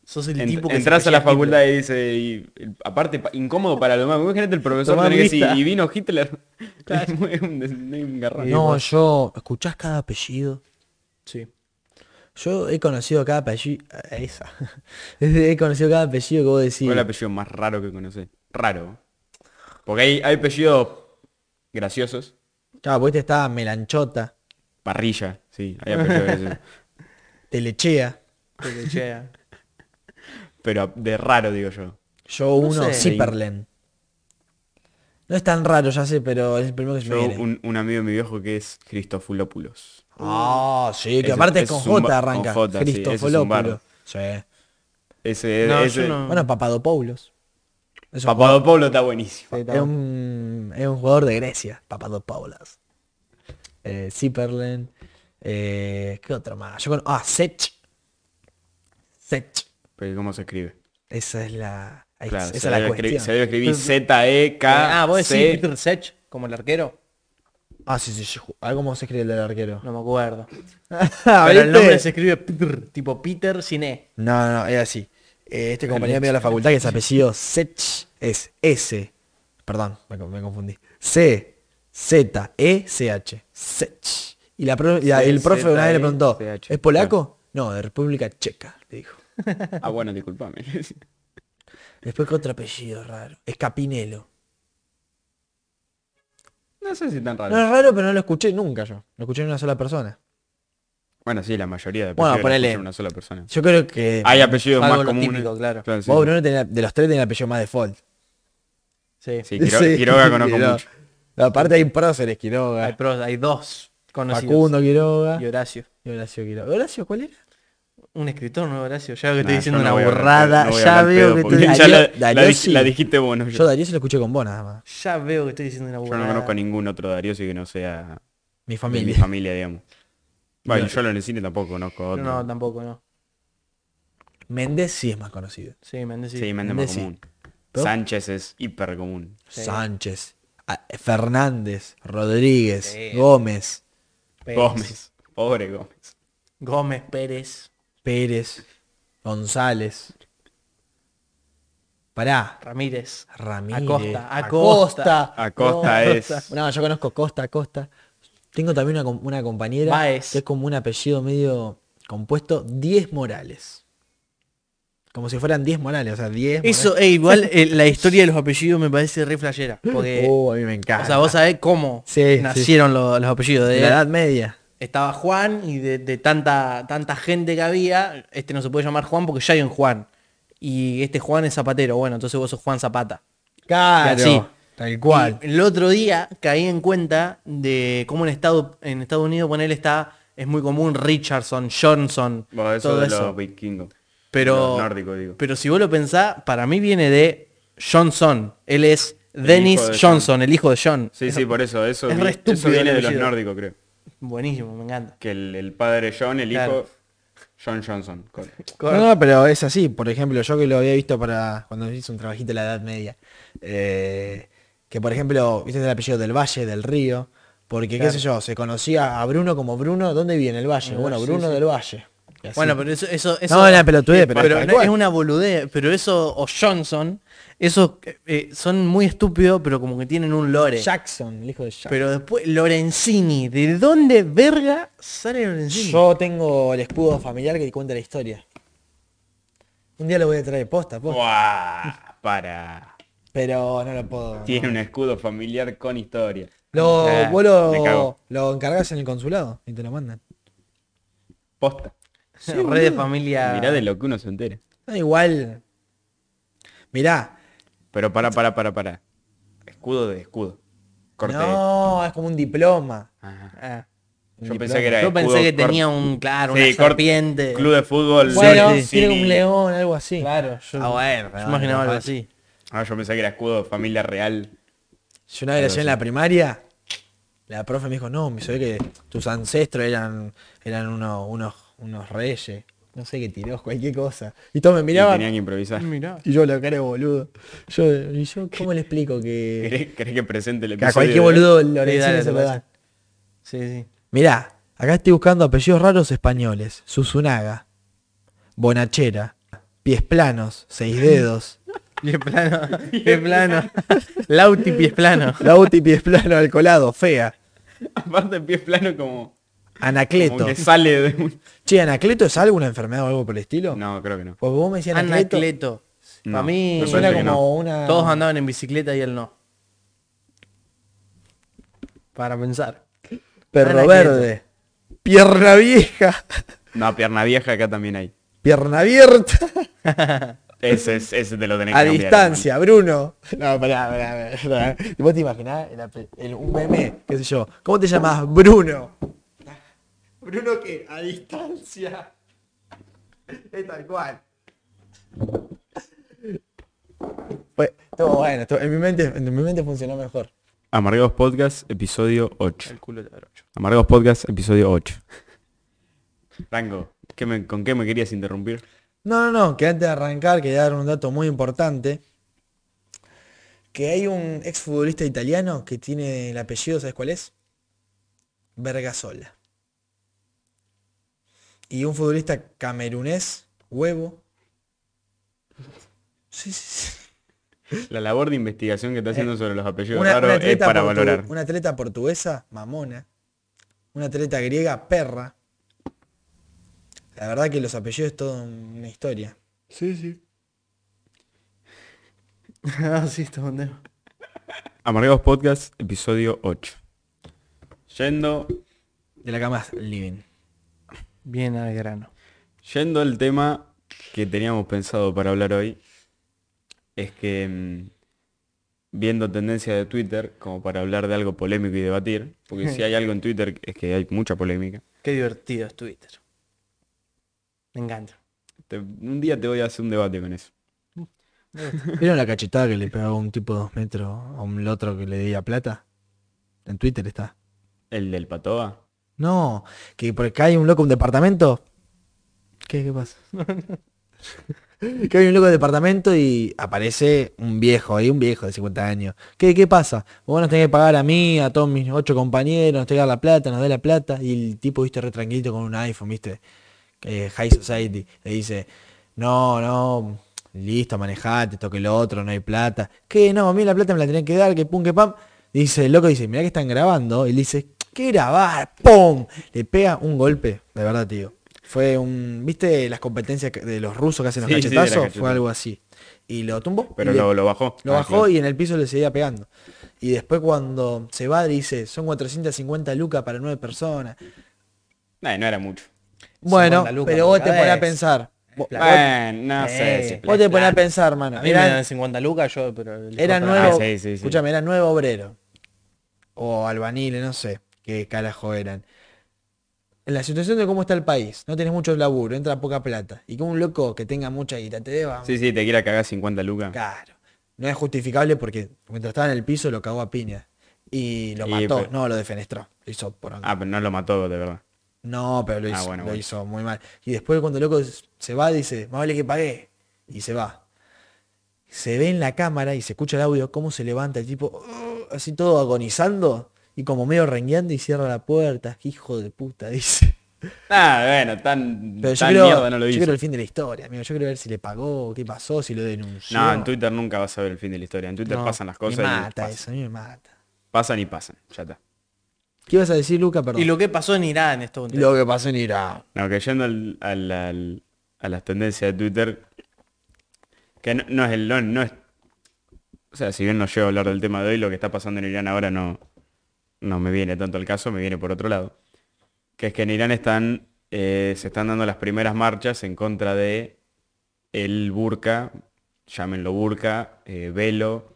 Speaker 3: Sos el
Speaker 2: Ent-
Speaker 3: tipo que se
Speaker 2: entras a la
Speaker 3: apellida
Speaker 2: facultad
Speaker 3: Hitler.
Speaker 2: y dice, y- y aparte pa- incómodo para lo demás, imagínate el profesor
Speaker 1: Tomá
Speaker 2: tiene que decir,
Speaker 1: lista.
Speaker 2: y vino Hitler. Es muy- es un, des- es un garrón.
Speaker 1: No, yo. ¿Escuchás cada apellido?
Speaker 3: Sí.
Speaker 1: Yo he conocido cada apellido. eh, Esa. he conocido cada apellido que vos decís.
Speaker 2: ¿Cuál es el apellido más raro que conocés? Raro. Porque hay, hay apellidos graciosos.
Speaker 1: Claro, porque este está Melanchota,
Speaker 2: Parrilla, sí, hay apellidos graciosos.
Speaker 1: Telechea.
Speaker 3: Te lechea.
Speaker 2: Pero de raro, digo yo.
Speaker 1: Yo uno,
Speaker 3: sé.
Speaker 1: Zipperlen. No es tan raro, ya sé, pero es el primero que se me
Speaker 2: Yo,
Speaker 1: viene.
Speaker 2: un, un amigo de mi viejo que es Cristofulopoulos.
Speaker 1: Ah, sí, que
Speaker 2: Ese-
Speaker 1: aparte es
Speaker 2: ese
Speaker 1: con
Speaker 2: es un
Speaker 1: J
Speaker 2: ba-
Speaker 1: arranca.
Speaker 2: con J, sí, ese es un
Speaker 1: Cristofolopulo.
Speaker 2: bardo.
Speaker 1: Sí.
Speaker 2: Ese,
Speaker 3: No, yo
Speaker 2: ese
Speaker 3: no.
Speaker 1: Bueno, Papadopoulos. Es un,
Speaker 2: Papadopoulos está buenísimo.
Speaker 1: jugador, es un- es un jugador de Grecia, Papadopoulos. Eh, Zipperlen. Eh, ¿Qué otro más? Yo con... Ah, Sech. Sech.
Speaker 2: Pero ¿cómo se escribe?
Speaker 1: Esa es la, ahí-
Speaker 2: Claro,
Speaker 1: esa
Speaker 2: se
Speaker 1: es la
Speaker 2: debe escribir-
Speaker 1: cuestión.
Speaker 2: se debe escribir Z-E-K.
Speaker 3: Ah, vos
Speaker 2: C-
Speaker 3: decís Peter Sech, como el arquero.
Speaker 1: Ah, sí, sí, yo, ah, ¿cómo se escribe el del arquero?
Speaker 3: No me acuerdo.
Speaker 1: Ah,
Speaker 3: Pero el
Speaker 1: ¿viste?
Speaker 3: nombre se escribe Peter, tipo Peter sin E.
Speaker 1: No, no, no, es así. Eh, este compañero mío de la facultad que es apellido Sech es S. Perdón, me, co- me confundí. C, Z, E, C, H. Sech. Y, la pro- y la- el
Speaker 2: C,
Speaker 1: profe
Speaker 2: Z,
Speaker 1: una vez le
Speaker 2: E,
Speaker 1: preguntó,
Speaker 2: C, H.
Speaker 1: ¿es polaco? No, de República Checa, le dijo.
Speaker 2: Ah, bueno, disculpame.
Speaker 1: Después que otro apellido raro. Escapinelo.
Speaker 2: No sé si tan raro.
Speaker 1: No es raro, pero no lo escuché nunca yo. Lo escuché en una sola persona.
Speaker 2: Bueno, sí, la mayoría de
Speaker 1: Bueno,
Speaker 2: apellidos
Speaker 1: ponele.
Speaker 2: escuchan una sola persona.
Speaker 1: Yo creo que
Speaker 2: Hay apellidos
Speaker 3: Salvo
Speaker 2: más
Speaker 3: lo
Speaker 2: comunes.
Speaker 3: típico, claro.
Speaker 2: Claro, sí.
Speaker 1: vos, Bruno, tenés- de los tres tenés el apellido más default.
Speaker 3: Sí.
Speaker 2: Sí, Quiro- Quiroga conozco mucho.
Speaker 1: Aparte hay próceres, Quiroga.
Speaker 3: Hay, pros- hay dos conocidos.
Speaker 1: Facundo Quiroga.
Speaker 3: Y Horacio.
Speaker 1: Y Horacio Quiroga. ¿Horacio cuál era?
Speaker 3: Un escritor, ¿no, Horacio? Ya veo que
Speaker 2: Nah,
Speaker 3: estoy diciendo
Speaker 2: yo
Speaker 3: una
Speaker 2: no voy a hablar-
Speaker 3: burrada.
Speaker 2: no voy a
Speaker 3: ya
Speaker 2: hablar
Speaker 3: veo
Speaker 2: pedo
Speaker 3: que
Speaker 2: porque
Speaker 3: estoy
Speaker 2: ya
Speaker 3: diciendo...
Speaker 2: la,
Speaker 1: Darío-
Speaker 2: la
Speaker 1: Darío
Speaker 2: di-
Speaker 1: sí.
Speaker 2: la dijiste vos, no yo.
Speaker 1: Yo Darío se lo escuché con vos nada más.
Speaker 3: Ya veo que estoy diciendo una
Speaker 2: Yo
Speaker 3: burrada.
Speaker 2: no conozco a ningún otro Darío así que no sea
Speaker 1: Mi
Speaker 2: de mi
Speaker 1: familia.
Speaker 2: familia, digamos. Bueno, yo lo en el cine tampoco conozco a otro.
Speaker 3: No, tampoco, no.
Speaker 1: Méndez sí es más conocido.
Speaker 3: Sí, Méndez sí.
Speaker 2: sí, Méndez más
Speaker 1: Méndez sí.
Speaker 2: común.
Speaker 1: ¿Pero?
Speaker 2: Sánchez es hiper común.
Speaker 3: Sí.
Speaker 1: Sánchez. ah, Fernández. Rodríguez.
Speaker 3: Sí.
Speaker 1: Gómez.
Speaker 3: Pérez.
Speaker 2: Gómez. Pobre Gómez.
Speaker 3: Gómez Pérez.
Speaker 1: Pérez. González. Pará.
Speaker 3: Ramírez.
Speaker 1: Ramírez.
Speaker 3: Acosta,
Speaker 1: Acosta.
Speaker 2: Acosta es.
Speaker 1: No, yo conozco Costa, Costa. Tengo también una, com- una compañera
Speaker 3: Baez.
Speaker 1: que es como un apellido medio compuesto, 10 Morales. Como si fueran 10 Morales, o sea, 10
Speaker 3: Eso, eh, igual eh, la historia de los apellidos me parece re flashera. Porque,
Speaker 1: Oh, a mí me encanta.
Speaker 3: Mm. o sea, vos sabés cómo
Speaker 1: Sí, sí.
Speaker 3: nacieron lo- los apellidos.
Speaker 1: de
Speaker 3: De,
Speaker 1: la Edad Media.
Speaker 3: Estaba Juan y de, de tanta, tanta gente que había, este no se puede llamar Juan porque ya hay un Juan. Y este Juan es zapatero, bueno, entonces vos sos Juan Zapata.
Speaker 1: Claro,
Speaker 3: así.
Speaker 1: tal cual.
Speaker 3: Y el otro día caí en cuenta de cómo en, Estado, en Estados Unidos, poner está, es muy común Richardson, Johnson,
Speaker 2: Bueno, eso
Speaker 3: todo
Speaker 2: de
Speaker 3: eso.
Speaker 2: los vikingos.
Speaker 3: Pero,
Speaker 2: Los nórdicos, digo.
Speaker 3: pero si vos lo pensás, para mí viene de Johnson. Él es Dennis
Speaker 2: hijo de
Speaker 3: Johnson, el hijo de John.
Speaker 2: Sí,
Speaker 3: Es-
Speaker 2: sí, por eso. Eso,
Speaker 3: es
Speaker 2: vi-
Speaker 3: re
Speaker 2: eso
Speaker 3: estúpido
Speaker 2: viene
Speaker 3: el
Speaker 2: de los
Speaker 3: apellido.
Speaker 2: nórdicos, creo.
Speaker 3: Buenísimo, me encanta.
Speaker 2: Que el, el padre John, el
Speaker 3: Claro.
Speaker 2: hijo John Johnson. Con-
Speaker 1: No, no, pero es así. Por ejemplo, yo que lo había visto para cuando hice un trabajito de la Edad Media. eh, que por ejemplo, viste el apellido del Valle, del Río. Porque,
Speaker 3: Claro.
Speaker 1: qué sé yo, se conocía a Bruno como Bruno. ¿Dónde viene el Valle?
Speaker 3: El
Speaker 1: bueno,
Speaker 3: Valle,
Speaker 1: Bruno
Speaker 3: sí.
Speaker 1: del Valle. Y así.
Speaker 3: Bueno, pero eso, eso, eso-
Speaker 1: No, era pelotudez, pero tal
Speaker 3: no-
Speaker 1: cual.
Speaker 3: es una boludez, pero eso, o Johnson, esos eh, son muy estúpidos, pero como que tienen un lore.
Speaker 1: Jackson, el hijo de Jackson.
Speaker 3: Pero después, Lorenzini, ¿de dónde verga sale Lorenzini?
Speaker 1: yo tengo el escudo familiar que cuenta la historia. Un día lo voy a traer posta, posta.
Speaker 2: ¡Buah! Para.
Speaker 1: Pero no lo puedo.
Speaker 2: Tiene un escudo familiar con historia.
Speaker 1: Lo,
Speaker 2: Nah,
Speaker 1: vos
Speaker 2: me
Speaker 1: lo,
Speaker 2: cago.
Speaker 1: lo encargás en el consulado y te lo mandan.
Speaker 2: Posta.
Speaker 3: Red de familia.
Speaker 2: Mirá de lo que uno se entera.
Speaker 1: Da Ah, igual. Mirá.
Speaker 2: Pero para, para, para, para. Escudo de escudo. Corte.
Speaker 1: No, es como un diploma.
Speaker 2: Ajá.
Speaker 3: Ah,
Speaker 1: Un
Speaker 2: Yo
Speaker 1: diploma.
Speaker 2: pensé que era
Speaker 3: yo
Speaker 2: escudo
Speaker 3: pensé que
Speaker 2: cor-
Speaker 3: tenía un, claro,
Speaker 2: Sí,
Speaker 3: una
Speaker 2: corte-
Speaker 3: serpiente.
Speaker 2: Club de fútbol.
Speaker 1: Bueno,
Speaker 2: Lorenzini.
Speaker 1: tiene un león, algo así.
Speaker 3: Claro, yo,
Speaker 1: Ah, bueno,
Speaker 3: yo imaginaba algo
Speaker 1: capaz.
Speaker 3: así.
Speaker 2: Ah, yo pensé que era escudo de familia real.
Speaker 1: Yo una vez la llevé en la primaria, la profe me dijo, no, me se ve que tus ancestros eran, eran uno- unos, unos reyes. No sé qué tiró, cualquier cosa. Y todos me
Speaker 2: Y
Speaker 1: miraban.
Speaker 2: tenían que improvisar.
Speaker 3: Mirá.
Speaker 1: Y yo la cara de boludo. Yo, y yo, ¿cómo le explico que,
Speaker 2: ¿Querés, querés que presente el
Speaker 1: que a
Speaker 2: episodio?
Speaker 1: cualquier
Speaker 2: de-
Speaker 1: boludo
Speaker 3: Sí, dale,
Speaker 1: Lorenzini se
Speaker 3: te
Speaker 1: lo
Speaker 3: parece.
Speaker 1: dan?
Speaker 3: Sí, sí.
Speaker 1: Mirá, acá estoy buscando apellidos raros españoles. Susunaga, Bonachera, Pies Planos, Seis Dedos,
Speaker 3: Pies plano, pies plano. Lauti pies plano.
Speaker 1: Lauti Pies Plano Alcolado, Fea,
Speaker 2: Aparte, pie plano como,
Speaker 1: Anacleto.
Speaker 2: como que sale de un...
Speaker 1: Che, ¿Anacleto es algo, una enfermedad o algo por el estilo?
Speaker 2: No, creo que no.
Speaker 1: Pues vos me decías Anacleto.
Speaker 3: Anacleto.
Speaker 2: No,
Speaker 3: Para mí
Speaker 2: me
Speaker 1: suena
Speaker 2: parece
Speaker 1: como
Speaker 2: que no.
Speaker 1: una...
Speaker 3: todos andaban en bicicleta y él no. Para pensar.
Speaker 1: Perro
Speaker 3: Anacleto.
Speaker 1: verde. Pierna vieja.
Speaker 2: No, pierna vieja acá también hay.
Speaker 1: Pierna abierta.
Speaker 2: Ese, es, ese te lo tenés que
Speaker 1: A
Speaker 2: cambiar,
Speaker 1: distancia, Bruno. No, pará, pará, pará. ¿Vos te imaginás el ape- el- un meme? ¿Qué sé yo? ¿Cómo te llamás? Bruno. Bruno que a distancia. Es tal cual. Fue- estuvo bueno, estuvo- en, mi mente, en mi mente funcionó mejor.
Speaker 2: hermano. Amargados Podcast, episodio 8.
Speaker 3: El culo de brocho.
Speaker 2: Amargados Podcast, episodio 8. Rango, ¿qué me- ¿con qué me querías interrumpir?
Speaker 1: No, no, no, que antes de arrancar quería dar un dato muy importante. Que hay un exfutbolista italiano que tiene el apellido, ¿sabes cuál es? Vergasola. Y un futbolista camerunés, Huevo. Sí, sí, sí.
Speaker 2: La labor de investigación que está haciendo sobre los apellidos
Speaker 1: Una, una
Speaker 2: raros es
Speaker 1: atleta
Speaker 2: para
Speaker 1: portu-
Speaker 2: valorar.
Speaker 1: una atleta portuguesa, Mamona. Una atleta griega, Perra. La verdad que los apellidos es toda una historia.
Speaker 3: Sí, sí. ah, sí, está un tema.
Speaker 2: Amargados Podcast, episodio 8. Yendo,
Speaker 1: De la cama Living.
Speaker 3: Bien al grano.
Speaker 2: yendo al tema que teníamos pensado para hablar hoy, es que mm, viendo tendencias de Twitter como para hablar de algo polémico y debatir. Porque si hay algo en Twitter es que hay mucha polémica.
Speaker 3: Qué divertido es Twitter. Me encanta.
Speaker 2: Te- un día te voy a hacer un debate con eso.
Speaker 1: ¿Vieron la cachetada que le pegaba un tipo de dos metros a un otro que le debía plata? En Twitter está.
Speaker 2: ¿El del Patoa?
Speaker 1: No, que porque hay un loco en un departamento. ¿Qué, qué pasa? que hay un loco en departamento y aparece un viejo ahí, un viejo de 50 años. ¿Qué, qué pasa? Vos nos tenés que pagar a mí, a todos mis ocho compañeros, nos tenés que dar la plata, nos da la plata. Y el tipo, viste, re tranquilito con un iPhone, viste, Eh, High Society. Le dice, no, no, listo, manejate, esto que lo otro, no hay plata. ¿Qué? No, a mí la plata me la tenían que dar, que pum, que pam. Dice, el loco dice, mirá que están grabando. Y le dice, ¿qué grabar? ¡Pum! Le pega un golpe, de verdad, tío. Fue un, ¿viste las competencias que- de los rusos que hacen los
Speaker 2: Sí, sí, de la
Speaker 1: cachetazos? Fue
Speaker 2: cachetada.
Speaker 1: algo así. Y lo tumbó.
Speaker 2: Pero
Speaker 1: y le-
Speaker 2: lo, lo bajó.
Speaker 1: lo
Speaker 2: Ah,
Speaker 1: bajó
Speaker 2: claro.
Speaker 1: y en el piso le seguía pegando. Y después cuando se va dice, son 450 lucas para nueve personas.
Speaker 2: Nah, Eh, no era mucho.
Speaker 1: Bueno,
Speaker 3: 50 lucas
Speaker 1: pero
Speaker 3: por
Speaker 1: vos te
Speaker 3: cada
Speaker 1: pones a
Speaker 3: vez.
Speaker 1: pensar. Vos,
Speaker 3: La-
Speaker 2: Bueno, no sé.
Speaker 3: Eh,
Speaker 2: si-
Speaker 1: vos te pones a pensar, mano.
Speaker 3: A mí me
Speaker 1: Eran,
Speaker 3: dan 50 lucas, yo, pero... elijo
Speaker 1: era
Speaker 3: otra.
Speaker 1: nuevo,
Speaker 2: Ah, sí, sí, sí.
Speaker 1: escúchame, eran nueve obreros. O albaniles, no sé qué carajo eran. En la situación de cómo está el país, no tenés mucho laburo, entra poca plata. Y que un loco que tenga mucha guita te deba
Speaker 2: Sí, sí, te quiera cagar 50 lucas.
Speaker 1: Claro. No es justificable porque mientras estaba en el piso lo cagó a piña. Y lo
Speaker 2: Y,
Speaker 1: mató,
Speaker 2: pero-
Speaker 1: no lo defenestró. Lo hizo por
Speaker 2: Ah, pero no lo mató, de verdad.
Speaker 1: No, pero lo
Speaker 2: Ah,
Speaker 1: hizo,
Speaker 2: bueno,
Speaker 1: lo
Speaker 2: bueno.
Speaker 1: hizo muy mal. Y después cuando el loco se va, dice, más vale que pagué. Y se va. Se ve en la cámara y se escucha el audio cómo se levanta el tipo, "Ugh", así todo agonizando y como medio rengueando y cierra la puerta. "Qué Hijo de puta, dice.
Speaker 2: Ah, bueno, tan,
Speaker 1: Pero yo
Speaker 2: tan
Speaker 1: creo,
Speaker 2: mierda no lo
Speaker 1: yo
Speaker 2: hizo.
Speaker 1: creo el fin de la historia, amigo. Yo quiero ver si le pagó, qué pasó, si lo denunció.
Speaker 2: No, en Twitter nunca vas a ver el fin de la historia. En Twitter
Speaker 1: No,
Speaker 2: pasan las cosas
Speaker 1: Me
Speaker 2: y
Speaker 1: mata
Speaker 2: pasan.
Speaker 1: eso, a mí me mata.
Speaker 2: Pasan y pasan. Ya está.
Speaker 1: ¿Qué ibas a decir, Luca? Perdón.
Speaker 3: Y lo que pasó en Irán esto
Speaker 1: Y lo que pasó en Irán.
Speaker 2: No, que yendo al- al- al- a las tendencias de Twitter, que no, no es el no, no es... O sea, si bien no llego a hablar del tema de hoy, lo que está pasando en Irán ahora no, no me viene tanto al caso, me viene por otro lado. Que es que en Irán están, eh, se están dando las primeras marchas en contra de el burka, llámenlo burka, eh, velo,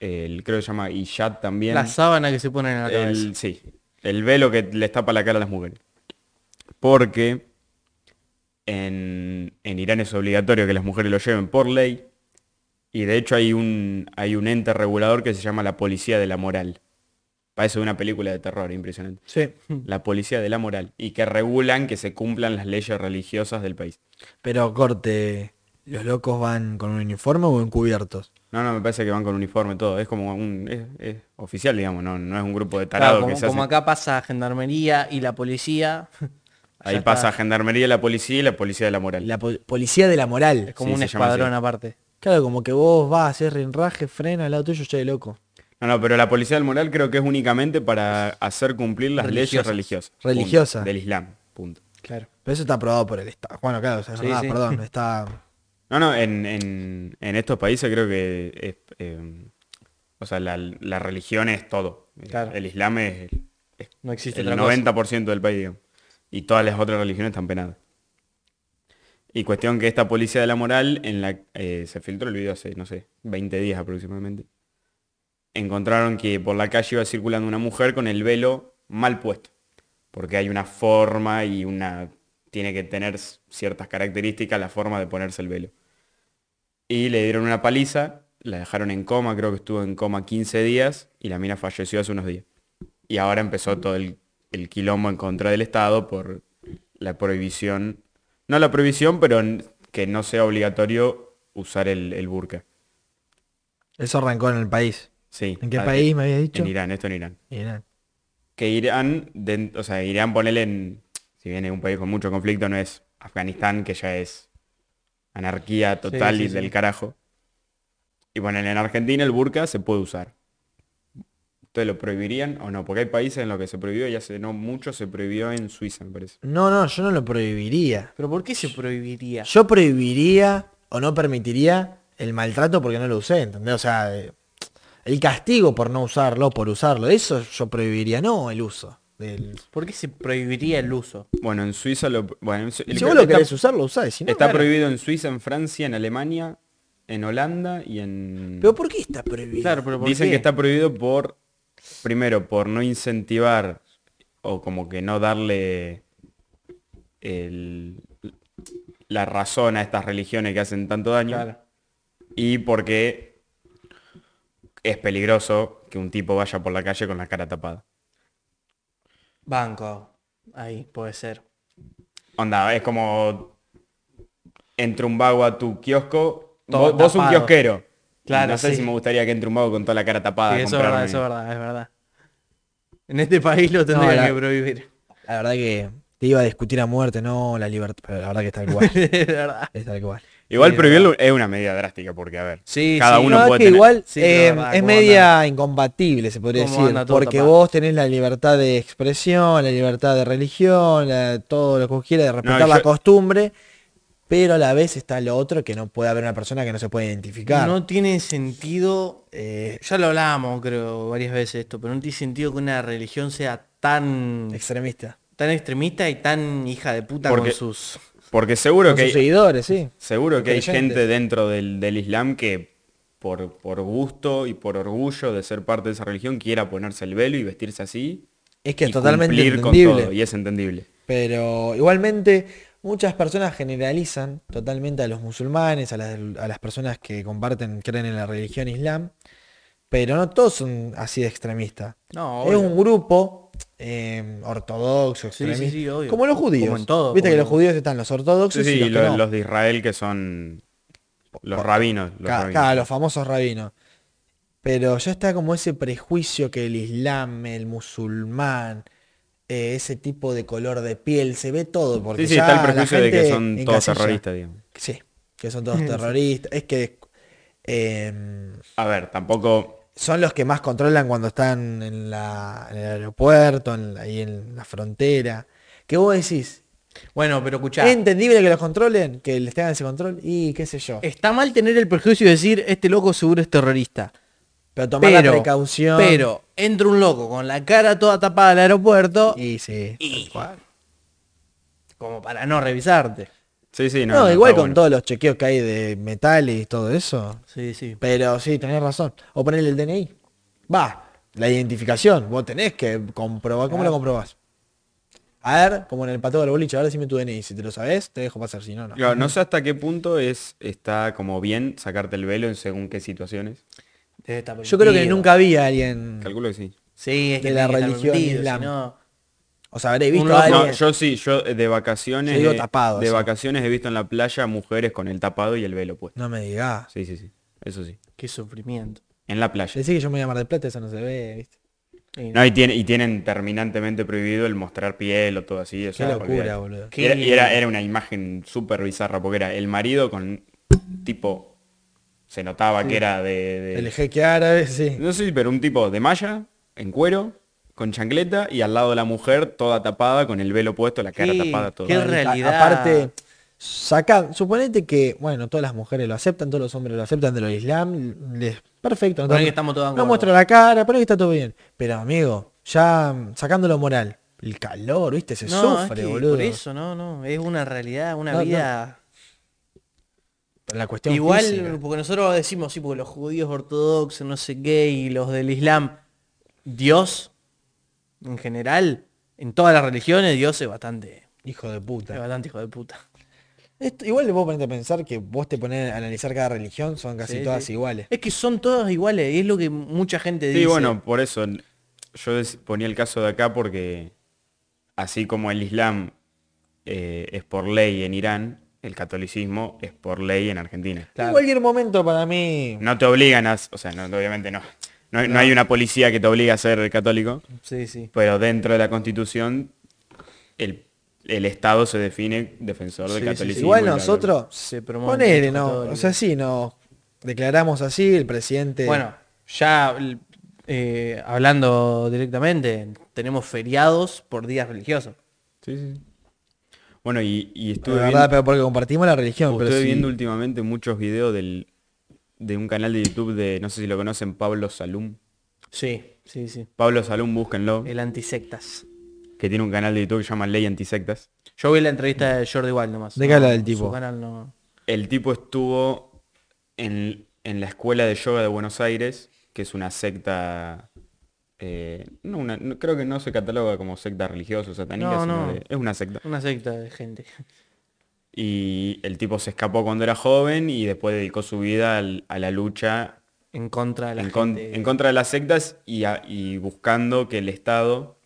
Speaker 2: el, creo que se llama hijab también.
Speaker 3: La sábana que se ponen en la cabeza.
Speaker 2: El, sí, el velo que les tapa la cara a las mujeres. Porque en, en Irán es obligatorio que las mujeres lo lleven por ley. Y de hecho hay un, hay un ente regulador que se llama la Policía de la Moral. Parece una película de terror, impresionante.
Speaker 1: Sí.
Speaker 3: Mm.
Speaker 2: La Policía de la Moral. Y que regulan que se cumplan las leyes religiosas del país.
Speaker 1: Pero corte, ¿los locos van con un uniforme o encubiertos?
Speaker 2: No, no, me parece que van con uniforme todo. Es como un... Es, es oficial, digamos, no, no es un grupo de
Speaker 3: Claro,
Speaker 2: tarados
Speaker 3: como,
Speaker 2: que se
Speaker 3: como
Speaker 2: hace.
Speaker 3: acá pasa gendarmería y la policía.
Speaker 2: Ahí
Speaker 3: allá
Speaker 2: pasa
Speaker 3: está.
Speaker 2: Gendarmería, la Policía y la Policía de la Moral.
Speaker 1: La po- policía de la moral.
Speaker 3: Es como
Speaker 2: Sí,
Speaker 3: un
Speaker 2: se llama
Speaker 3: escuadrón
Speaker 2: así.
Speaker 3: aparte.
Speaker 1: Claro, como que vos vas a hacer rinraje, frena al lado tuyo, che, loco.
Speaker 2: No, no, pero la policía del moral creo que es únicamente para hacer cumplir las leyes religiosas. Punto.
Speaker 1: Religiosa.
Speaker 2: Del Islam, punto.
Speaker 3: Claro.
Speaker 1: Pero eso está aprobado por el Estado. Bueno, claro, o sea, es
Speaker 3: Sí,
Speaker 1: verdad,
Speaker 3: sí.
Speaker 1: perdón, está...
Speaker 2: No, no, en, en- en estos países creo que es, eh, o sea, la, la religión es todo.
Speaker 3: Claro.
Speaker 2: El Islam es el, es
Speaker 3: No existe
Speaker 2: el
Speaker 3: otra cosa.
Speaker 2: 90% del país, digamos. Y todas las otras religiones están penadas. Y cuestión que esta policía de la moral, en la eh, se filtró el video hace, no sé, 20 días aproximadamente. Encontraron que por la calle iba circulando una mujer con el velo mal puesto. Porque hay una forma y una... Tiene que tener ciertas características la forma de ponerse el velo. Y le dieron una paliza, la dejaron en coma, creo que estuvo en coma 15 días y la mina falleció hace unos días. Y ahora empezó todo el, el quilombo en contra del Estado por la prohibición, no la prohibición, pero n- que no sea obligatorio usar el, el burka.
Speaker 1: Eso arrancó en el país.
Speaker 2: Sí.
Speaker 1: ¿En qué
Speaker 2: ah,
Speaker 1: país me habías dicho?
Speaker 2: En Irán, esto en Irán.
Speaker 1: Irán.
Speaker 2: Que Irán, den- o sea, Irán ponele en, si viene un país con mucho conflicto, no es Afganistán, que ya es anarquía total
Speaker 3: sí,
Speaker 2: y
Speaker 3: sí.
Speaker 2: del carajo. Y ponele en Argentina el burka se puede usar. ¿Ustedes lo prohibirían o no? Porque hay países en los que se prohibió y hace no mucho se prohibió en Suiza, me parece.
Speaker 1: No, no, yo no lo prohibiría.
Speaker 3: Pero ¿por qué se prohibiría?
Speaker 1: Yo prohibiría o no permitiría el maltrato porque no lo usé, ¿entendés? O sea, eh, el castigo por no usarlo, por usarlo, eso yo prohibiría, no el uso. Del...
Speaker 3: ¿Por qué se prohibiría el uso?
Speaker 2: Bueno, en Suiza lo... Bueno, en Su- el-
Speaker 1: Si vos lo
Speaker 2: está,
Speaker 1: querés usar, lo usás. si no,
Speaker 2: está
Speaker 1: claro.
Speaker 2: prohibido en Suiza, en Francia, en Alemania, en Holanda y en...
Speaker 1: Pero ¿por qué está prohibido?
Speaker 3: Claro, pero ¿por
Speaker 2: Dicen
Speaker 3: qué?
Speaker 2: que está prohibido por, primero, por no incentivar o como que no darle el- la razón a estas religiones que hacen tanto daño.
Speaker 3: Claro.
Speaker 2: Y porque es peligroso que un tipo vaya por la calle con la cara tapada.
Speaker 3: Banco. Ahí, puede ser.
Speaker 2: Onda, es como entre un vago a tu kiosco.
Speaker 3: Todo
Speaker 2: vos, vos un
Speaker 3: tapado.
Speaker 2: kiosquero.
Speaker 3: Claro,
Speaker 2: No sé
Speaker 3: sí.
Speaker 2: si me gustaría que entre un vago con toda la cara tapada.
Speaker 3: Sí,
Speaker 2: a
Speaker 3: eso es verdad,
Speaker 2: Ah, comprarme.
Speaker 3: eso es verdad, es verdad. En este país lo tendrían
Speaker 1: la-
Speaker 3: que prohibir.
Speaker 1: La verdad que te iba a discutir a muerte, no la libertad. Pero la verdad que está tal cual.
Speaker 3: Es verdad.
Speaker 1: es tal cual.
Speaker 2: Igual
Speaker 3: Sí, es
Speaker 2: prohibirlo es una medida drástica porque, a ver,
Speaker 3: Sí,
Speaker 2: cada
Speaker 3: sí.
Speaker 2: uno
Speaker 1: No, es
Speaker 2: puede
Speaker 1: que
Speaker 2: tener...
Speaker 1: igual
Speaker 3: Sí, pero
Speaker 1: eh,
Speaker 3: la verdad,
Speaker 1: es
Speaker 3: ¿cómo
Speaker 1: media incompatible, se podría
Speaker 3: ¿Cómo
Speaker 1: decir.
Speaker 3: anda todo
Speaker 1: Porque
Speaker 3: tapado?
Speaker 1: vos tenés la libertad de expresión, la libertad de religión, la- todo lo que vos quieras, de respetar
Speaker 2: yo-
Speaker 1: la costumbre. Pero a la vez está lo otro que no puede haber una persona que no se puede identificar.
Speaker 3: No tiene sentido, eh, ya lo hablábamos creo varias veces esto, pero no tiene sentido que una religión sea tan,
Speaker 1: Extremista.
Speaker 3: tan extremista y tan hija de puta
Speaker 2: Porque-
Speaker 3: con sus...
Speaker 2: Porque seguro
Speaker 1: Con
Speaker 2: que,
Speaker 1: sus
Speaker 2: hay,
Speaker 1: seguidores, sí.
Speaker 2: seguro que hay
Speaker 1: creyentes.
Speaker 2: gente dentro del, del Islam que por, por gusto y por orgullo de ser parte de esa religión quiera ponerse el velo y vestirse así.
Speaker 1: Es que es
Speaker 2: y
Speaker 1: totalmente
Speaker 2: cumplir con
Speaker 1: entendible.
Speaker 2: todo, y es entendible.
Speaker 1: Pero igualmente muchas personas generalizan totalmente a los musulmanes, a las, a las personas que comparten, creen en la religión islam, pero no todos son así de extremistas.
Speaker 3: No,
Speaker 1: es
Speaker 3: obvio.
Speaker 1: un grupo eh, ortodoxo,
Speaker 3: Sí, sí,
Speaker 1: extremista,
Speaker 3: sí, obvio.
Speaker 1: como los judíos.
Speaker 3: Como en todo,
Speaker 1: Viste que
Speaker 3: como-
Speaker 1: los judíos están los
Speaker 2: Sí,
Speaker 1: ortodoxos
Speaker 2: sí,
Speaker 1: y los,
Speaker 2: lo-
Speaker 1: que
Speaker 2: los,
Speaker 1: no.
Speaker 2: de Israel que son los
Speaker 1: Por-
Speaker 2: rabinos. Los
Speaker 1: Ca-
Speaker 2: rabinos.
Speaker 1: ca- los famosos rabinos. Pero ya está como ese prejuicio que el islam, el musulmán, eh, ese tipo de color de piel, se ve todo. Porque
Speaker 2: sí, sí,
Speaker 1: ya
Speaker 2: está el
Speaker 1: la
Speaker 2: prejuicio de que
Speaker 1: gente
Speaker 2: son todos
Speaker 1: encasilla.
Speaker 2: terroristas, digamos.
Speaker 1: Sí, que son todos terroristas. Es que eh,
Speaker 2: A ver, tampoco...
Speaker 1: son los que más controlan cuando están en, la- en el aeropuerto, en la- ahí en la frontera. Que vos decís,
Speaker 3: Bueno, pero escuchá,
Speaker 1: ¿es entendible que los controlen? Que les tengan ese control y qué sé yo.
Speaker 3: está mal tener el prejuicio de decir, este loco seguro es terrorista.
Speaker 1: Pero tomar la precaución.
Speaker 3: Pero entra un loco con la cara toda tapada al aeropuerto
Speaker 1: Y sí.
Speaker 3: y- como para no revisarte.
Speaker 2: Sí, sí, no.
Speaker 1: No,
Speaker 2: no,
Speaker 1: igual
Speaker 2: está
Speaker 1: con
Speaker 2: bueno.
Speaker 1: todos los chequeos que hay de metales y todo eso.
Speaker 3: Sí, sí.
Speaker 1: Pero sí, tenés razón. O ponerle el DNI. Va, la identificación. Vos tenés que comprobar. ¿Cómo lo comprobás? A ver, como en el pato del boliche, ahora decime tu DNI. Si te lo sabes, te dejo pasar. Si no, no.
Speaker 2: Claro, no sé hasta qué punto es está como bien sacarte el velo en según qué situaciones.
Speaker 3: Debe estar
Speaker 1: Yo creo que
Speaker 3: permitido.
Speaker 1: nunca vi a alguien.
Speaker 2: Calculo que sí.
Speaker 3: Sí, es que
Speaker 1: de la
Speaker 3: tiene que estar
Speaker 1: religión
Speaker 3: permitido,
Speaker 1: islam.
Speaker 3: si no-
Speaker 1: O sea, habré visto
Speaker 3: Un
Speaker 1: a
Speaker 3: loco-
Speaker 2: No,
Speaker 1: alguien.
Speaker 2: yo sí, yo eh, de vacaciones.
Speaker 1: Yo digo
Speaker 2: eh,
Speaker 1: tapado,
Speaker 2: De
Speaker 1: sí.
Speaker 2: vacaciones he visto en la playa mujeres con el tapado y el velo puesto.
Speaker 1: No me digas.
Speaker 2: Sí, sí, sí. Eso sí.
Speaker 3: Qué sufrimiento.
Speaker 2: En la playa.
Speaker 1: Decí que yo me voy a Mar del Plata, eso no se ve, ¿viste?
Speaker 3: Y
Speaker 2: No, y, tiene- y tienen terminantemente prohibido el mostrar piel o todo así. o
Speaker 1: Qué
Speaker 2: sea,
Speaker 1: locura,
Speaker 2: olvidate.
Speaker 1: boludo.
Speaker 2: Y Era, y era, era una imagen súper bizarra porque era el marido con tipo. Se notaba que era de. de-
Speaker 1: El jeque árabe, sí.
Speaker 2: No sé, pero un tipo de malla, en cuero, con chancleta y al lado la mujer toda tapada, con el velo puesto, la cara
Speaker 3: Qué-
Speaker 2: tapada, todo.
Speaker 3: qué
Speaker 1: A-
Speaker 3: realidad.
Speaker 1: Aparte, saca, suponete que, bueno, todas las mujeres lo aceptan, todos los hombres lo aceptan de lo islam, les, perfecto, no,
Speaker 3: Poné
Speaker 1: tengo-
Speaker 3: que estamos todos de
Speaker 1: no
Speaker 3: acuerdo.
Speaker 1: muestra la cara, pero que está todo bien. Pero amigo, ya mm, sacando lo moral, el calor, viste, se
Speaker 3: No, es
Speaker 1: sufre,
Speaker 3: que
Speaker 1: boludo.
Speaker 3: por eso, no, no. Es una realidad, una
Speaker 1: No, no.
Speaker 3: vida.
Speaker 1: La cuestión
Speaker 3: Igual,
Speaker 1: física.
Speaker 3: porque nosotros decimos, sí, porque los judíos ortodoxos, no sé qué, y los del Islam, Dios, en general, en todas las religiones, Dios es bastante,
Speaker 1: hijo de
Speaker 3: es
Speaker 1: puta.
Speaker 3: bastante hijo de puta.
Speaker 1: Esto- igual vos ponete a pensar que vos te pones a analizar cada religión, son casi
Speaker 3: Sí,
Speaker 1: todas
Speaker 3: sí.
Speaker 1: iguales.
Speaker 3: Es que son todas iguales, y es lo que mucha gente dice.
Speaker 2: Sí, bueno, por eso n- yo des- ponía el caso de acá porque así como el Islam eh, es por ley en Irán, el catolicismo es por ley en Argentina.
Speaker 1: En cualquier momento para mí.
Speaker 2: No te obligan a, s- o sea, no, obviamente no. No, hay- no hay una policía que te obliga a ser católico,
Speaker 3: Sí, sí.
Speaker 2: pero dentro de la constitución el, el Estado se define defensor del
Speaker 3: Sí, sí, sí.
Speaker 2: catolicismo. y
Speaker 1: Igual
Speaker 2: bla, bla, bla.
Speaker 1: nosotros,
Speaker 3: Se promueve
Speaker 1: ponele,
Speaker 3: el
Speaker 1: no,
Speaker 3: católico.
Speaker 1: o sea, sí, nos declaramos así, el presidente...
Speaker 3: Bueno, ya l- eh, hablando directamente, tenemos feriados por días religiosos.
Speaker 2: Sí, sí. Bueno, y, y
Speaker 1: de
Speaker 2: estuve,
Speaker 1: verdad,
Speaker 2: viendo,
Speaker 1: pero porque compartimos la religión, pero
Speaker 2: estuve
Speaker 1: sí.
Speaker 2: viendo últimamente muchos videos del, de un canal de YouTube de, no sé si lo conocen, Pablo Salum.
Speaker 3: Sí, sí, sí.
Speaker 2: Pablo Salum, búsquenlo,
Speaker 3: El antisectas.
Speaker 2: que tiene un canal de YouTube que se llama Ley Antisectas.
Speaker 3: Yo vi la entrevista de Jordi Wild nomás.
Speaker 1: ¿De qué habla
Speaker 3: No,
Speaker 1: el tipo?
Speaker 3: su canal no-
Speaker 2: El tipo estuvo en, en la escuela de yoga de Buenos Aires, que es una secta, eh, no una- no- creo que no se cataloga como secta religiosa o satánica,
Speaker 3: No,
Speaker 2: sino
Speaker 3: no.
Speaker 2: de- es una secta.
Speaker 3: Una secta de gente.
Speaker 2: Y el tipo se escapó cuando era joven y después dedicó su vida al- a la lucha
Speaker 3: En contra de la
Speaker 2: en, con-
Speaker 3: gente.
Speaker 2: en contra de las sectas y, a- y buscando que el Estado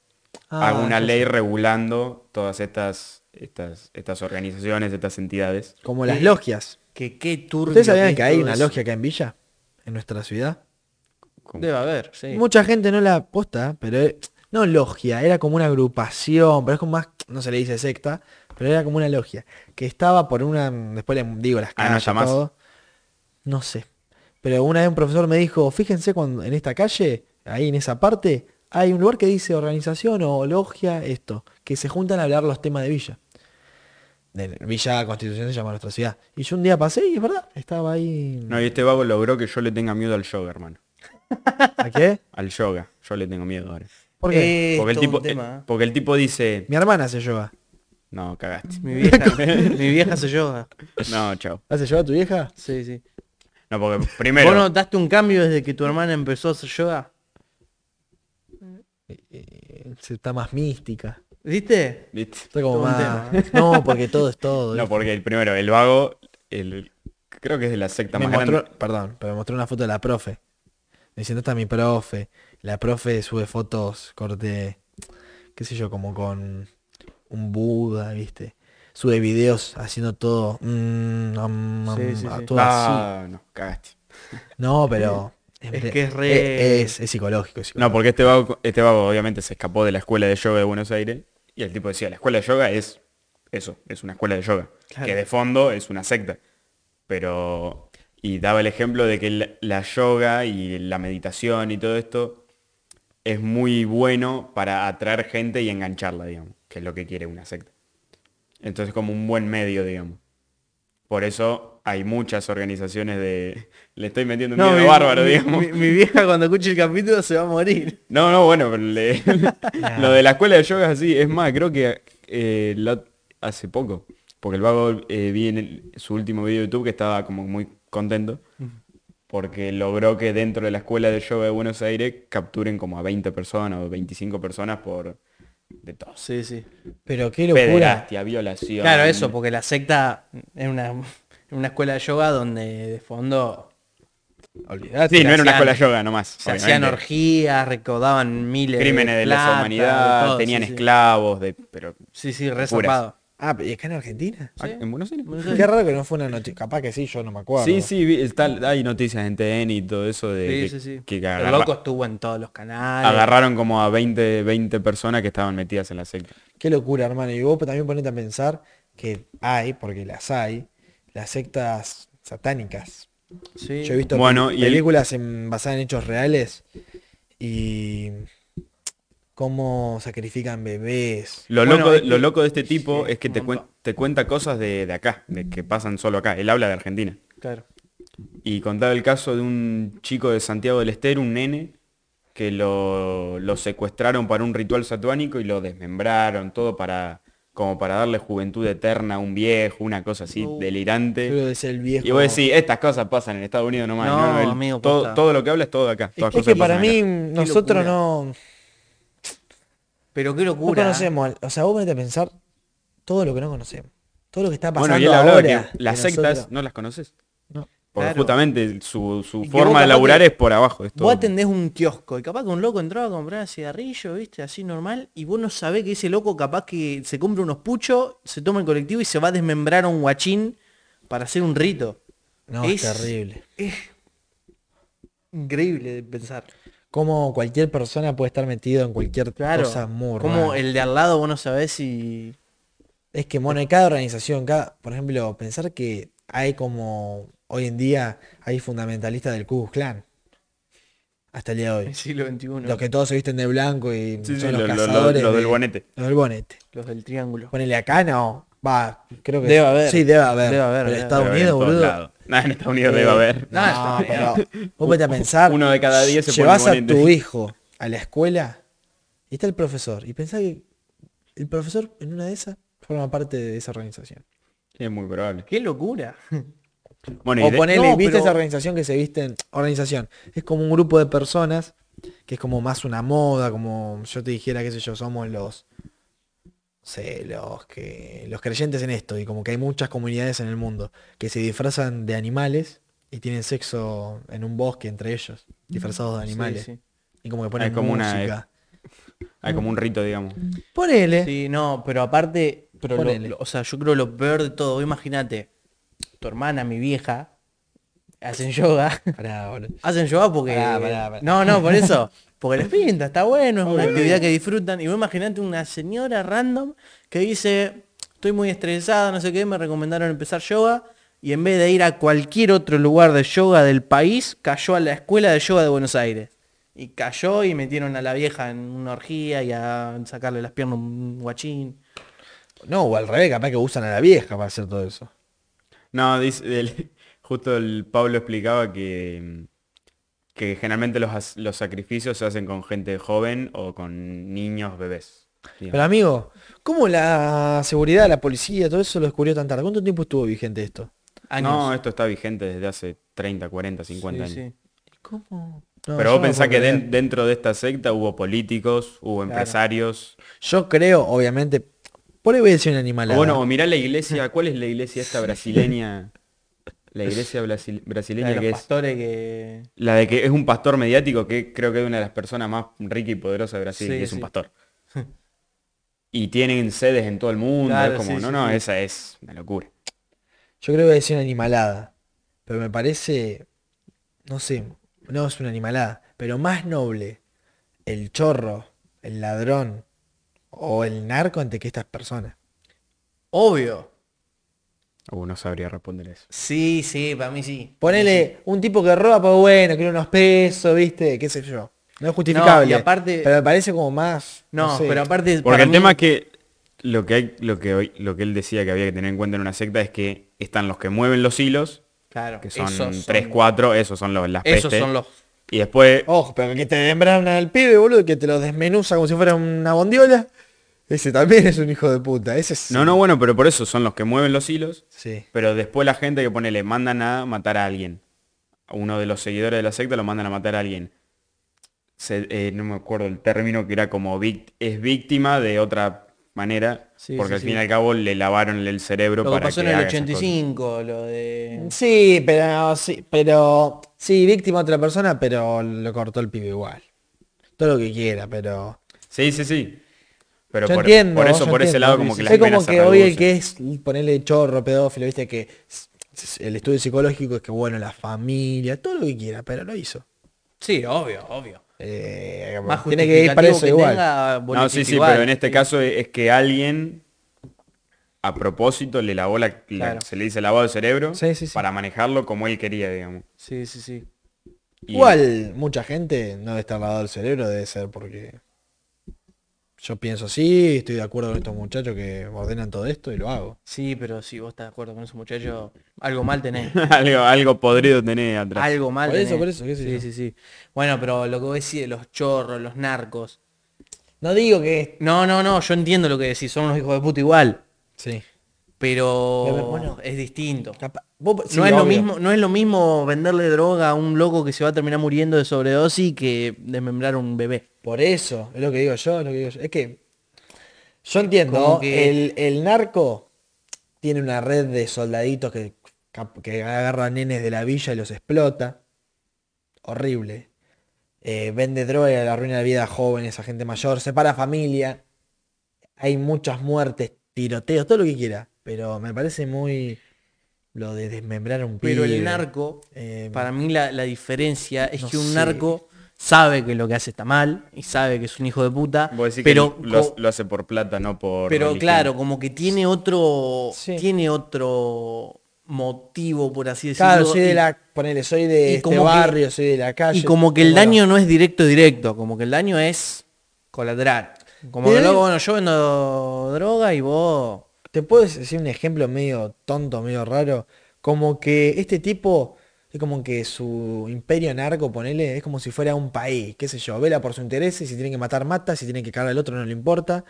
Speaker 3: Ah,
Speaker 2: haga una
Speaker 3: entonces-
Speaker 2: ley regulando todas estas, estas, estas organizaciones, estas entidades.
Speaker 1: Como las
Speaker 3: Sí.
Speaker 1: logias.
Speaker 3: Que qué turbio.
Speaker 1: ¿Ustedes sabían
Speaker 3: es
Speaker 1: que hay
Speaker 3: todo
Speaker 1: una
Speaker 3: eso?
Speaker 1: logia acá en Villa? En nuestra ciudad.
Speaker 2: Como-
Speaker 3: Debe haber, sí.
Speaker 1: Mucha gente no la aposta, pero eh, no logia, era como una agrupación, pero es como más, no se le dice secta, pero era como una logia, que estaba por una, después le digo las
Speaker 2: Ah, no,
Speaker 1: calles,
Speaker 2: ya más.
Speaker 1: todo. no sé, pero una vez un profesor me dijo, fíjense cuando, en esta calle, ahí en esa parte, hay un lugar que dice organización o logia, esto, que se juntan a hablar los temas de Villa. De Villa Constitución se llama nuestra ciudad. Y yo un día pasé y es verdad, estaba ahí...
Speaker 2: No, y este vago logró que yo le tenga miedo al yoga, hermano.
Speaker 1: ¿A qué?
Speaker 2: Al yoga. Yo le tengo miedo ahora.
Speaker 1: ¿Por qué?
Speaker 3: Eh, es
Speaker 2: Porque el,
Speaker 3: todo
Speaker 2: tipo,
Speaker 3: un tema,
Speaker 2: eh,
Speaker 3: ¿eh?
Speaker 2: porque el tipo dice,
Speaker 1: Mi hermana se lleva.
Speaker 2: no, cagaste.
Speaker 3: Mi vieja, mi vieja se yoga.
Speaker 2: No, chao.
Speaker 1: ¿Hace llevar a tu vieja?
Speaker 3: Sí, sí.
Speaker 2: No, porque primero...
Speaker 3: ¿Vos notaste un cambio desde que tu hermana empezó a hacer yoga?
Speaker 1: eh, se- está más mística.
Speaker 3: ¿Viste?
Speaker 2: ¿viste?
Speaker 1: Está como
Speaker 3: Todo un
Speaker 1: más. No, porque todo es todo.
Speaker 2: No,
Speaker 1: ¿viste?
Speaker 2: porque el primero, el vago, el, creo que es de la secta
Speaker 1: me
Speaker 2: más
Speaker 1: mostró,
Speaker 2: grande.
Speaker 1: Perdón, pero me mostró una foto de la profe. Diciendo está mi profe. La profe sube fotos, corte, qué sé yo, como con un Buda, ¿viste? Sube videos haciendo todo. mm, am, am,
Speaker 3: Sí, sí, sí.
Speaker 1: todo así.
Speaker 2: Ah, no, cagaste.
Speaker 1: No, pero.
Speaker 3: Es que es re-
Speaker 1: Es, es psicológico. es
Speaker 2: No,
Speaker 1: psicológico.
Speaker 2: porque este vago, este vago obviamente se escapó de la escuela de yoga de Buenos Aires y el tipo decía, la escuela de yoga es eso, es una escuela de yoga,
Speaker 3: Claro.
Speaker 2: que de fondo es una secta. Pero, y daba el ejemplo de que la, la yoga y la meditación y todo esto es muy bueno para atraer gente y engancharla, digamos, que es lo que quiere una secta. Entonces como un buen medio, digamos. Por eso hay muchas organizaciones de... Le estoy metiendo un miedo
Speaker 3: mi,
Speaker 2: bárbaro,
Speaker 3: mi-
Speaker 2: digamos.
Speaker 3: mi- mi vieja cuando escuche el capítulo se va a morir.
Speaker 2: No, no, bueno, pero le- lo de la escuela de yoga es así. Es más, creo que eh, la- hace poco, porque el vago eh, vi en el- su último video de YouTube que estaba como muy contento, porque logró que dentro de la escuela de yoga de Buenos Aires capturen como a 20 personas o 25 personas por de todos.
Speaker 3: Sí, sí.
Speaker 1: Pero qué locura.
Speaker 2: Pederastia, violación.
Speaker 3: Claro, eso, porque la secta es una, es una escuela de yoga donde de fondo
Speaker 1: Olvidate.
Speaker 2: Sí, no era una
Speaker 3: hacían-
Speaker 2: escuela de yoga nomás.
Speaker 3: se hacían
Speaker 2: obviamente.
Speaker 3: orgías, recaudaban miles de
Speaker 2: Crímenes de
Speaker 3: plata,
Speaker 2: lesa humanidad,
Speaker 3: de todo,
Speaker 2: tenían
Speaker 3: sí, sí.
Speaker 2: esclavos, de, pero...
Speaker 3: Sí, sí, re
Speaker 2: Locuras.
Speaker 3: zarpado.
Speaker 1: Ah, pero ¿y acá en Argentina?
Speaker 2: Ah, ¿En Buenos Aires?
Speaker 1: Qué raro que no fue una noticia. Capaz que sí, yo no me acuerdo.
Speaker 2: Sí, sí, vi- está- hay noticias en TN y todo eso de
Speaker 3: Sí,
Speaker 2: que,
Speaker 3: sí, sí.
Speaker 2: que
Speaker 3: Pero
Speaker 2: agarra- Ah,
Speaker 3: loco estuvo en todos los canales.
Speaker 2: agarraron como a 20, 20 personas que estaban metidas en la secta.
Speaker 1: Qué locura, hermano. Y vos también ponete a pensar que hay, porque las hay, las sectas satánicas.
Speaker 3: Sí.
Speaker 1: Yo he visto
Speaker 2: Bueno,
Speaker 1: pel-
Speaker 2: y el-
Speaker 1: películas en- basadas en hechos reales y cómo sacrifican bebés.
Speaker 2: Lo,
Speaker 3: Bueno,
Speaker 2: loco,
Speaker 3: es
Speaker 2: lo
Speaker 3: que-
Speaker 2: loco de este tipo
Speaker 3: sí,
Speaker 2: es que
Speaker 3: un
Speaker 2: te, cuen-
Speaker 3: montón.
Speaker 2: te cuenta cosas de, de acá, de que pasan solo acá. Él habla de Argentina.
Speaker 3: Claro.
Speaker 2: Y contaba el caso de un chico de Santiago del Estero, un nene, que lo, lo secuestraron para un ritual satánico y lo desmembraron, todo para como para darle juventud eterna a un viejo, una cosa así
Speaker 3: Uh.
Speaker 2: delirante.
Speaker 1: Creo que es el viejo.
Speaker 2: Y vos decís, estas cosas pasan en Estados Unidos nomás.
Speaker 3: No,
Speaker 2: No, no, el-
Speaker 3: amigo,
Speaker 2: todo,
Speaker 3: posta.
Speaker 2: todo lo que habla es todo de acá.
Speaker 1: es,
Speaker 2: todas
Speaker 1: que- es
Speaker 2: cosas
Speaker 1: que para
Speaker 2: pasan
Speaker 1: mí
Speaker 2: acá.
Speaker 1: nosotros
Speaker 3: locura.
Speaker 1: no,
Speaker 3: Pero qué
Speaker 1: no
Speaker 3: locura. ¿eh?
Speaker 1: conocemos. al- O sea, vos ponete a pensar todo lo que no conocemos. Todo lo que está pasando
Speaker 2: Bueno, y él hablaba
Speaker 1: ahora.
Speaker 2: que las
Speaker 1: que
Speaker 2: sectas
Speaker 1: nosotros-
Speaker 2: no las conoces.
Speaker 1: No.
Speaker 2: Porque
Speaker 3: Claro.
Speaker 2: justamente su, su
Speaker 3: Y que vos
Speaker 2: forma
Speaker 3: capaz
Speaker 2: de laburar
Speaker 3: que-
Speaker 2: es por abajo. es todo.
Speaker 3: Vos atendés un kiosco y capaz que un loco entraba a comprar cigarrillo, viste, así normal, y vos no sabés que ese loco capaz que se compra unos puchos, se toma el colectivo y se va a desmembrar a un guachín para hacer un rito.
Speaker 1: No, es terrible.
Speaker 3: Es increíble de pensar.
Speaker 1: Cómo cualquier persona puede estar metido en cualquier
Speaker 3: Claro.
Speaker 1: cosa muy
Speaker 3: como
Speaker 1: rara.
Speaker 3: el de al lado vos no sabés si.
Speaker 1: Es que, bueno, en cada organización, cada, por ejemplo, pensar que hay como, hoy en día, hay fundamentalistas del Ku Klux Klan. Hasta el día de
Speaker 3: El
Speaker 1: hoy.
Speaker 3: siglo XXI.
Speaker 1: Los que todos se visten de blanco y
Speaker 2: Sí, sí,
Speaker 1: son los
Speaker 2: lo- lo- lo-
Speaker 1: cazadores.
Speaker 2: lo del
Speaker 1: de-
Speaker 2: bonete.
Speaker 1: Los del bonete.
Speaker 3: Los del triángulo.
Speaker 1: Ponele acá, no. Va, creo que
Speaker 3: Debe haber.
Speaker 1: Sí, debe haber.
Speaker 3: Debe haber,
Speaker 1: Pero
Speaker 3: debe
Speaker 1: Estados
Speaker 2: Debe haber en
Speaker 1: Unidos,
Speaker 2: todos
Speaker 1: boludo.
Speaker 2: lados. Nah, en Estados Unidos
Speaker 1: eh,
Speaker 2: debe haber.
Speaker 1: No,
Speaker 3: Ah,
Speaker 1: pero vos ponete a pensar.
Speaker 2: Uno de cada diez se pone
Speaker 1: Llevas a
Speaker 2: bonete.
Speaker 1: tu hijo a la escuela y está el profesor. Y pensá que el profesor en una de esas forma parte de esa organización.
Speaker 2: Sí, es muy probable.
Speaker 3: Qué locura.
Speaker 2: Bueno, y
Speaker 1: O
Speaker 2: de-
Speaker 1: ponele,
Speaker 3: No,
Speaker 1: ¿viste
Speaker 3: pero-
Speaker 1: esa organización que se visten? Organización. Es como un grupo de personas que es como más una moda, como yo te dijera, qué sé yo, somos los no sé, los que los creyentes en esto y como que hay muchas comunidades en el mundo que se disfrazan de animales y tienen sexo en un bosque entre ellos, disfrazados de animales.
Speaker 3: Sí,
Speaker 1: Y como que ponen
Speaker 2: Hay como una-
Speaker 1: música.
Speaker 2: hay como un rito, digamos.
Speaker 1: Ponele.
Speaker 3: sí. Sí, no, pero aparte, pero lo-
Speaker 1: Ponele.
Speaker 3: lo- o sea, yo creo lo peor de todo, vos imagínate, tu hermana, mi vieja, hacen yoga.
Speaker 1: Pará, boludo.
Speaker 3: Hacen yoga porque.
Speaker 1: Pará, pará, pará.
Speaker 3: No, no, por eso. Porque les pinta, está bueno, es una actividad que disfrutan. Y vos imaginate una señora random que dice, estoy muy estresada, no sé qué, me recomendaron empezar yoga. Y en vez de ir a cualquier otro lugar de yoga del país, cayó a la escuela de yoga de Buenos Aires. Y cayó y metieron a la vieja en una orgía y a sacarle las piernas un guachín.
Speaker 1: No, o al revés, capaz que usan a la vieja para hacer todo eso.
Speaker 2: No, dice, el- justo el Pablo explicaba que, mm, que generalmente los, as- los sacrificios se hacen con gente joven o con niños bebés. digamos.
Speaker 1: Pero amigo, ¿cómo la seguridad, la policía, todo eso lo descubrió tan tarde? ¿Cuánto tiempo estuvo vigente esto?
Speaker 3: Años.
Speaker 2: No, esto está vigente desde hace 30, 40, 50
Speaker 3: Sí,
Speaker 2: años.
Speaker 3: sí.
Speaker 1: ¿Cómo?
Speaker 2: Pero vos pensás que den- dentro de esta secta hubo políticos, hubo
Speaker 3: Claro.
Speaker 2: empresarios.
Speaker 1: Yo creo, obviamente, por ahí voy a decir un animal.
Speaker 2: O bueno, o mirá la iglesia, ¿cuál es la iglesia esta brasileña? La iglesia brasi-
Speaker 3: La de
Speaker 2: brasileña
Speaker 3: los
Speaker 2: que es
Speaker 3: pastores que...
Speaker 2: la de que es un pastor mediático que creo que es una de las personas más ricas y poderosas de Brasil,
Speaker 3: Sí,
Speaker 2: que es un
Speaker 3: sí.
Speaker 2: pastor. Y tienen sedes en todo el mundo,
Speaker 3: Claro,
Speaker 2: es como,
Speaker 3: sí,
Speaker 2: no,
Speaker 3: sí,
Speaker 2: no,
Speaker 3: sí.
Speaker 2: esa es una locura.
Speaker 1: Yo creo que voy a decir una animalada. Pero me parece, no sé, no es una animalada, pero más noble el chorro, el ladrón o el narco ante que estas personas.
Speaker 3: Obvio.
Speaker 2: Uh, no sabría responder eso.
Speaker 3: Sí, sí, para mí sí.
Speaker 1: Ponele un tipo que roba, pues bueno, quiere unos pesos, viste, qué sé yo. No es justificable.
Speaker 3: y aparte-
Speaker 1: Pero me parece como más.
Speaker 3: No,
Speaker 1: sé.
Speaker 3: pero aparte...
Speaker 2: Porque
Speaker 3: para
Speaker 2: el
Speaker 3: mí-
Speaker 2: tema es que lo que, hay, lo, que hoy- lo que él decía que había que tener en cuenta en una secta es que están los que mueven los hilos,
Speaker 3: Claro,
Speaker 2: que son
Speaker 3: esos son-
Speaker 2: 3, 4, esos son los, las
Speaker 3: Esos
Speaker 2: pestes.
Speaker 3: son los... Oh,
Speaker 2: Y después,
Speaker 1: Ojo, pero que te desmbrana al pibe, boludo, que te lo desmenuza como si fuera una bondiola. Ese también es un hijo de puta. Ese es.
Speaker 2: no, no, bueno, pero por eso son los que mueven los hilos.
Speaker 1: Sí.
Speaker 2: Pero después la gente que pone le mandan a matar a alguien. A uno de los seguidores de la secta lo mandan a matar a alguien. Se- eh, no me acuerdo el término que era como vic- es víctima de otra manera.
Speaker 3: Sí,
Speaker 2: porque
Speaker 3: sí,
Speaker 2: al
Speaker 3: sí.
Speaker 2: fin y al cabo le lavaron el cerebro
Speaker 3: Lo que
Speaker 2: para
Speaker 3: pasó en
Speaker 2: que
Speaker 3: el
Speaker 2: haga esas
Speaker 3: 85, lo de...
Speaker 1: Sí, pero sí, pero. Sí, víctima de otra persona, pero lo cortó el pibe igual. Todo lo que quiera, pero.
Speaker 2: cosas. Sí, sí, sí. Pero
Speaker 1: yo
Speaker 2: por,
Speaker 1: entiendo.
Speaker 2: por
Speaker 1: yo
Speaker 2: eso, por ese
Speaker 1: entiendo.
Speaker 2: lado, como que las
Speaker 1: Es como
Speaker 2: penas se
Speaker 1: que hoy el
Speaker 2: reducen.
Speaker 1: que es ponerle chorro, pedófilo, viste que s- s- el estudio psicológico es que bueno, la familia, todo lo que quiera, pero lo hizo.
Speaker 3: Sí, obvio, obvio.
Speaker 1: Eh,
Speaker 3: Más
Speaker 1: tiene que ir para
Speaker 3: justificativo
Speaker 1: eso
Speaker 3: que
Speaker 1: igual.
Speaker 3: tenga,
Speaker 2: No,
Speaker 3: boletín
Speaker 2: sí, sí,
Speaker 3: igual.
Speaker 2: pero en este caso es es que alguien a propósito le lavó la, la-
Speaker 3: Claro.
Speaker 2: se le dice lavado el cerebro
Speaker 1: Sí, sí, sí.
Speaker 2: para manejarlo como él quería, digamos.
Speaker 3: Sí, sí, sí.
Speaker 2: Y-
Speaker 1: Igual, mucha gente no debe estar lavado el cerebro, debe ser porque yo pienso así, estoy de acuerdo con estos muchachos que ordenan todo esto y lo hago.
Speaker 3: Sí, pero si vos estás de acuerdo con esos muchachos, algo mal tenés.
Speaker 2: algo, algo podrido tenés atrás.
Speaker 3: Algo mal
Speaker 1: Por eso,
Speaker 3: tenés.
Speaker 1: por eso, qué sé
Speaker 3: sí,
Speaker 1: yo.
Speaker 3: sí, sí. Bueno, pero lo que vos decís de los chorros, los narcos.
Speaker 1: No digo que...
Speaker 3: No, no, no, yo entiendo lo que decís, son los hijos de puta igual.
Speaker 1: Sí.
Speaker 3: Pero
Speaker 1: Pero, bueno.
Speaker 3: es distinto.
Speaker 1: Capa- vos- sí,
Speaker 3: no, es lo
Speaker 1: obvio.
Speaker 3: mismo, no es lo mismo venderle droga a un loco que se va a terminar muriendo de sobredosis que desmembrar a un bebé.
Speaker 1: Por eso, es lo que digo yo, es lo que digo yo. Es que yo entiendo,
Speaker 3: Como que-
Speaker 1: el, el narco tiene una red de soldaditos que, cap- que agarra nenes de la villa y los explota. Horrible. Eh, vende droga, le arruina la vida a jóvenes, a gente mayor, separa familia. Hay muchas muertes, tiroteos, todo lo que quiera. Pero me parece muy lo de desmembrar a un
Speaker 3: Pero el
Speaker 1: pibe.
Speaker 3: narco,
Speaker 1: Eh,
Speaker 3: para mí la, la diferencia es
Speaker 1: no
Speaker 3: que un
Speaker 1: sé.
Speaker 3: narco sabe que lo que hace está mal y sabe que es un hijo de puta,
Speaker 2: Vos decís
Speaker 3: pero,
Speaker 2: que lo,
Speaker 3: co-
Speaker 2: lo hace por plata, no por.
Speaker 3: pero
Speaker 2: religión.
Speaker 3: claro, como que tiene otro,
Speaker 1: Sí.
Speaker 3: tiene otro motivo, por así decirlo.
Speaker 1: Claro, soy
Speaker 3: y-
Speaker 1: de la, ponele, soy de
Speaker 3: y
Speaker 1: este
Speaker 3: como que-
Speaker 1: barrio, soy de la calle.
Speaker 3: Y como que el
Speaker 1: bueno.
Speaker 3: daño no es directo, directo, como que el daño es colateral. Como que
Speaker 1: Eh.
Speaker 3: luego, bueno, yo vendo droga y vos...
Speaker 1: ¿Te puedo decir un ejemplo medio tonto, medio raro? Como que este tipo, es como que su imperio narco, ponele, es como si fuera un país, qué sé yo, vela por su interés, si tienen que matar, mata, si tienen que cargar al otro, no le importa.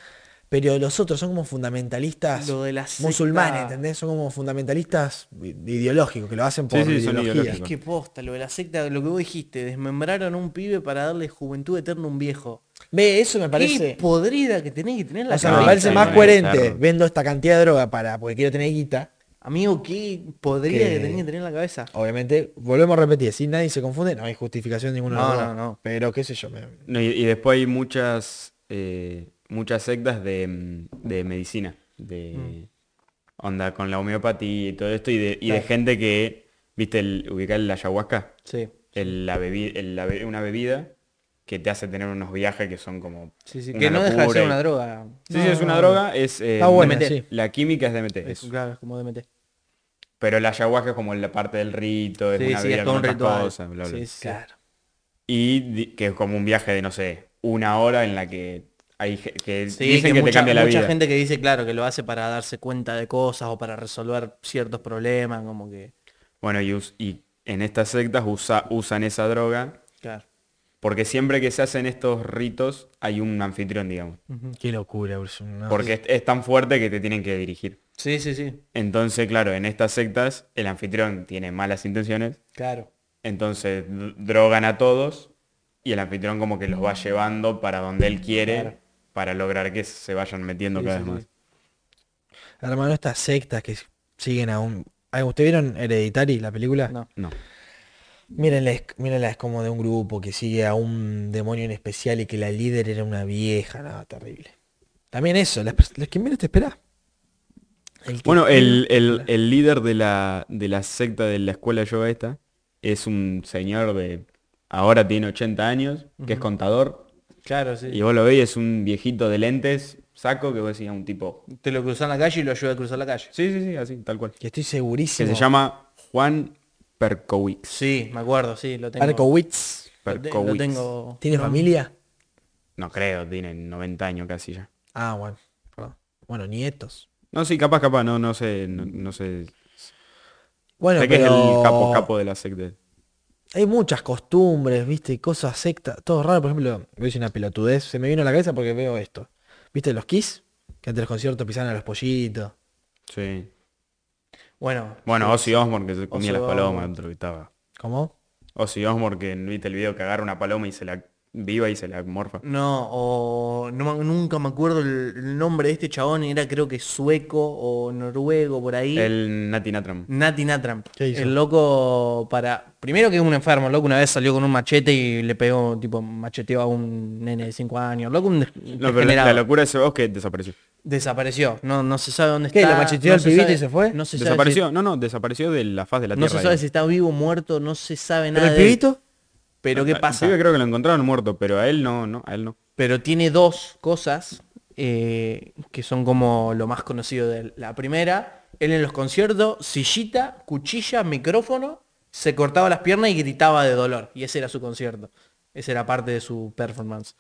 Speaker 1: Pero los otros son como fundamentalistas
Speaker 3: Lo de la secta.
Speaker 1: musulmanes, ¿entendés? Son como fundamentalistas ideológicos, que lo hacen por
Speaker 2: Sí, sí, son
Speaker 1: ideología.
Speaker 3: Es
Speaker 2: ideológicos.
Speaker 3: que posta, lo de la secta, lo que vos dijiste, desmembraron a un pibe para darle juventud eterna a un viejo.
Speaker 1: Ve, eso me
Speaker 3: Qué
Speaker 1: parece.
Speaker 3: podrida que tenés que tener la
Speaker 1: O sea,
Speaker 2: No,
Speaker 1: me
Speaker 3: cabeza. eh.
Speaker 1: parece
Speaker 2: sí,
Speaker 1: más
Speaker 2: no,
Speaker 1: coherente.
Speaker 2: bizarro.
Speaker 1: Vendo esta cantidad de droga para porque quiero tener guita.
Speaker 3: Amigo, qué podrida
Speaker 1: Que-
Speaker 3: que tenés que tener en la cabeza.
Speaker 1: Obviamente, volvemos a repetir, si nadie se confunde, no hay justificación ninguna. de
Speaker 3: No,
Speaker 1: los dos.
Speaker 3: no, no.
Speaker 1: Pero qué sé yo. me-
Speaker 2: No, y, y después hay muchas eh, muchas sectas de, mm, de medicina, de
Speaker 3: Mm.
Speaker 2: onda con la homeopatía y todo esto, y de, y de
Speaker 1: Claro.
Speaker 2: gente que, viste, el, ubicar el ayahuasca,
Speaker 3: Sí,
Speaker 2: El- la bebi- el- la be- una bebida que te hace tener unos viajes que son como...
Speaker 3: sí, sí.
Speaker 2: una
Speaker 3: Que no deja de
Speaker 2: locura
Speaker 3: ser
Speaker 2: y-
Speaker 3: una droga.
Speaker 2: Sí, sí, es una droga, es... eh,
Speaker 1: Está buena,
Speaker 2: DMT.
Speaker 1: sí.
Speaker 2: La química es DMT.
Speaker 3: Es,
Speaker 2: es-
Speaker 3: claro, es como DMT.
Speaker 2: Pero el ayahuasca es como la parte del rito, es
Speaker 3: Sí,
Speaker 2: una
Speaker 3: sí,
Speaker 2: bebida
Speaker 3: es
Speaker 2: con
Speaker 3: todo un
Speaker 2: otras
Speaker 3: ritual.
Speaker 2: cosas, bla, bla.
Speaker 3: Sí, sí, sí.
Speaker 2: Y di- que es como un viaje de, no sé, una hora en la que hay ge- que
Speaker 3: Sí,
Speaker 2: dicen
Speaker 3: que
Speaker 2: que, te
Speaker 3: mucha,
Speaker 2: cambia la
Speaker 3: mucha
Speaker 2: vida.
Speaker 3: gente que dice, claro, que lo hace para darse cuenta de cosas o para resolver ciertos problemas, como que...
Speaker 2: Bueno, y, us- y en estas sectas usa- usan esa droga
Speaker 3: Claro.
Speaker 2: porque siempre que se hacen estos ritos hay un anfitrión, digamos.
Speaker 1: Qué locura, Ursu,
Speaker 3: Ah,
Speaker 1: no.
Speaker 2: Porque es, es tan fuerte que te tienen que dirigir.
Speaker 3: Sí, sí, sí.
Speaker 2: Entonces, claro, en estas sectas el anfitrión tiene malas intenciones,
Speaker 3: Claro.
Speaker 2: entonces d- drogan a todos y el anfitrión como que los va llevando para donde él quiere
Speaker 3: Claro.
Speaker 2: para lograr que se vayan metiendo
Speaker 3: Sí,
Speaker 2: cada
Speaker 3: sí, sí.
Speaker 2: vez más.
Speaker 1: Hermano, estas sectas que siguen aún. Ah, ¿Ustedes vieron Hereditary, la película?
Speaker 3: No.
Speaker 2: No.
Speaker 1: Mírenla, es, mírenla, es como de un grupo que sigue a un demonio en especial y que la líder era una vieja, nada, terrible. También eso, las, pers- las que menos te esperás. El que
Speaker 2: Bueno,
Speaker 1: menos
Speaker 2: el,
Speaker 1: te
Speaker 2: el-
Speaker 1: esperás.
Speaker 2: el líder de la, de la secta de la escuela de yoga esta es un señor de... Ahora tiene 80 años, que es contador.
Speaker 3: Claro, sí.
Speaker 2: Y vos lo veis, es un viejito de lentes, saco, que vos decías un tipo...
Speaker 3: Te lo cruzan en la calle y lo ayuda a cruzar la calle.
Speaker 2: Sí, sí, sí, así, tal cual. Que
Speaker 1: Que estoy segurísimo.
Speaker 2: se llama Juan Perkowitz.
Speaker 3: Sí, me acuerdo, sí, lo tengo.
Speaker 1: Arkowitz.
Speaker 3: Lo, te- lo
Speaker 2: Perkowitz.
Speaker 3: tengo.
Speaker 1: ¿Tiene familia?
Speaker 2: No creo, tiene 90 años casi ya.
Speaker 1: Ah, bueno. perdón. Bueno, nietos.
Speaker 2: No, sí, capaz, capaz, no, no sé, no, no sé.
Speaker 1: Bueno,
Speaker 2: sé que
Speaker 1: pero
Speaker 2: es el capo, capo de la secta.
Speaker 1: hay muchas costumbres, viste, cosas sectas, todo raro. Por ejemplo, voy a decir una pelotudez, se me vino a la cabeza porque veo esto. ¿Viste los Kiss? Que antes los conciertos pisaban a los pollitos.
Speaker 2: Sí.
Speaker 3: Bueno,
Speaker 2: Bueno, Ozzy Osbourne que se comía
Speaker 3: Ozzy
Speaker 2: las
Speaker 3: Osbourne.
Speaker 2: palomas, entrevistaba.
Speaker 1: ¿Cómo?
Speaker 2: Ozzy Osbourne que viste el video que agarra una paloma y se la viva y se la morfa.
Speaker 3: no, o no me- nunca me acuerdo el, el nombre de este chabón, era creo que sueco o noruego por ahí.
Speaker 2: El Nati Natram.
Speaker 3: Nati Natram.
Speaker 1: ¿Qué hizo?
Speaker 3: El loco para. Primero que es un enfermo, el loco una vez salió con un machete y le pegó, tipo, macheteó a un nene de 5 años. El loco un des-
Speaker 2: No, pero la,
Speaker 3: degenerado.
Speaker 2: la locura de ese voz que desapareció.
Speaker 3: Desapareció. No, no se sabe dónde
Speaker 1: ¿Qué,
Speaker 3: está.
Speaker 1: lo macheteó
Speaker 3: no
Speaker 1: al
Speaker 3: se
Speaker 1: pibito
Speaker 3: sabe-
Speaker 1: y se fue?
Speaker 3: No se sabe
Speaker 2: desapareció, no, no, desapareció de la faz de la
Speaker 3: si- no
Speaker 2: tierra.
Speaker 3: se sabe si está
Speaker 2: digamos.
Speaker 3: vivo, muerto, no se sabe
Speaker 1: ¿Pero
Speaker 3: nada.
Speaker 1: el
Speaker 3: de él.
Speaker 1: pibito?
Speaker 3: Pero qué
Speaker 2: Al
Speaker 3: pasa.
Speaker 2: Ah, pibe creo que lo encontraron muerto, pero a él no, no, a él no.
Speaker 3: pero tiene dos cosas eh, que son como lo más conocido de él. La primera, él en los conciertos, sillita, cuchilla, micrófono, se cortaba las piernas y gritaba de dolor. Y ese era su concierto. Esa era parte de su performance.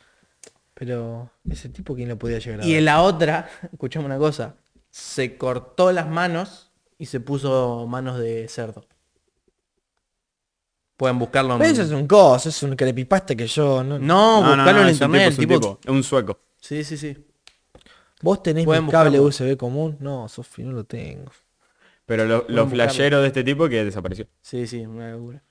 Speaker 1: Pero ese tipo, ¿quién lo podía llegar a
Speaker 3: Y
Speaker 1: ver?
Speaker 3: en la otra, escuchame una cosa, se cortó las manos y se puso manos de cerdo. Pueden buscarlo en...
Speaker 1: Pero eso es un coso, es un creepypasta que yo... No...
Speaker 3: No,
Speaker 2: no,
Speaker 3: buscalo
Speaker 2: no,
Speaker 3: en
Speaker 2: es un
Speaker 3: internet.
Speaker 2: tipo, es un
Speaker 3: tipo-
Speaker 2: tipo, es un sueco.
Speaker 3: Sí, sí, sí.
Speaker 1: ¿Vos tenés mi
Speaker 3: Pueden
Speaker 1: cable
Speaker 3: buscarlo.
Speaker 1: USB común? No, Sofi, no lo tengo.
Speaker 2: Pero lo- los
Speaker 3: buscarlo.
Speaker 2: flasheros de este tipo que desapareció.
Speaker 3: Sí, sí, una locura.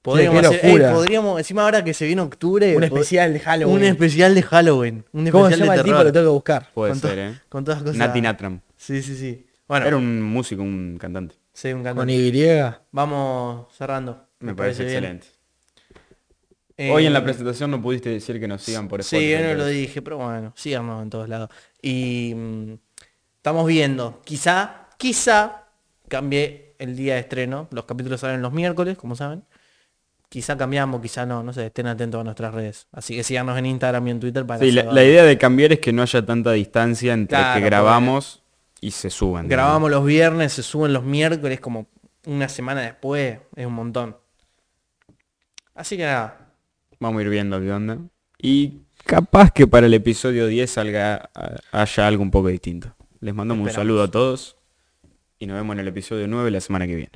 Speaker 3: Podríamos,
Speaker 1: qué
Speaker 3: hacer- eh,
Speaker 1: locura.
Speaker 3: podríamos, encima ahora que se viene octubre,
Speaker 1: Un
Speaker 3: pod-
Speaker 1: especial de Halloween.
Speaker 3: Un especial de Halloween. Un
Speaker 1: ¿Cómo se
Speaker 3: especial
Speaker 1: llama
Speaker 3: de
Speaker 1: el tipo?
Speaker 3: terror.
Speaker 1: Lo tengo que buscar.
Speaker 2: Puede
Speaker 3: Con to-
Speaker 2: ser, ¿eh?
Speaker 3: Con todas las cosas.
Speaker 2: Nati Natram.
Speaker 3: Sí, sí, sí. Bueno,
Speaker 2: Era un músico, un cantante.
Speaker 3: sí, un
Speaker 1: Con
Speaker 3: cantante.
Speaker 1: Y.
Speaker 3: Vamos cerrando.
Speaker 2: Me, parece,
Speaker 3: bien.
Speaker 2: excelente.
Speaker 3: Eh,
Speaker 2: Hoy en la presentación no pudiste decir que nos sigan por Spotify.
Speaker 3: Sí, yo no
Speaker 2: pero-
Speaker 3: lo dije, pero bueno, síganos en todos lados. Y mm, estamos viendo, quizá, quizá cambie el día de estreno. Los capítulos salen los miércoles, como saben. Quizá cambiamos, quizá no, no sé, estén atentos a nuestras redes. Así que síganos en Instagram y en Twitter para
Speaker 2: Sí, la,
Speaker 3: saber.
Speaker 2: la idea de cambiar es que no haya tanta distancia entre
Speaker 3: Claro,
Speaker 2: que grabamos y se suban. digamos.
Speaker 3: Grabamos los viernes, se suben los miércoles, como una semana después, es un montón. Así que nada,
Speaker 2: Vamos a ir viendo qué onda. Y capaz que para el episodio 10 salga, a- haya algo un poco distinto. Les mandamos un
Speaker 3: Esperamos.
Speaker 2: saludo a todos y nos vemos en el episodio 9 la semana que viene.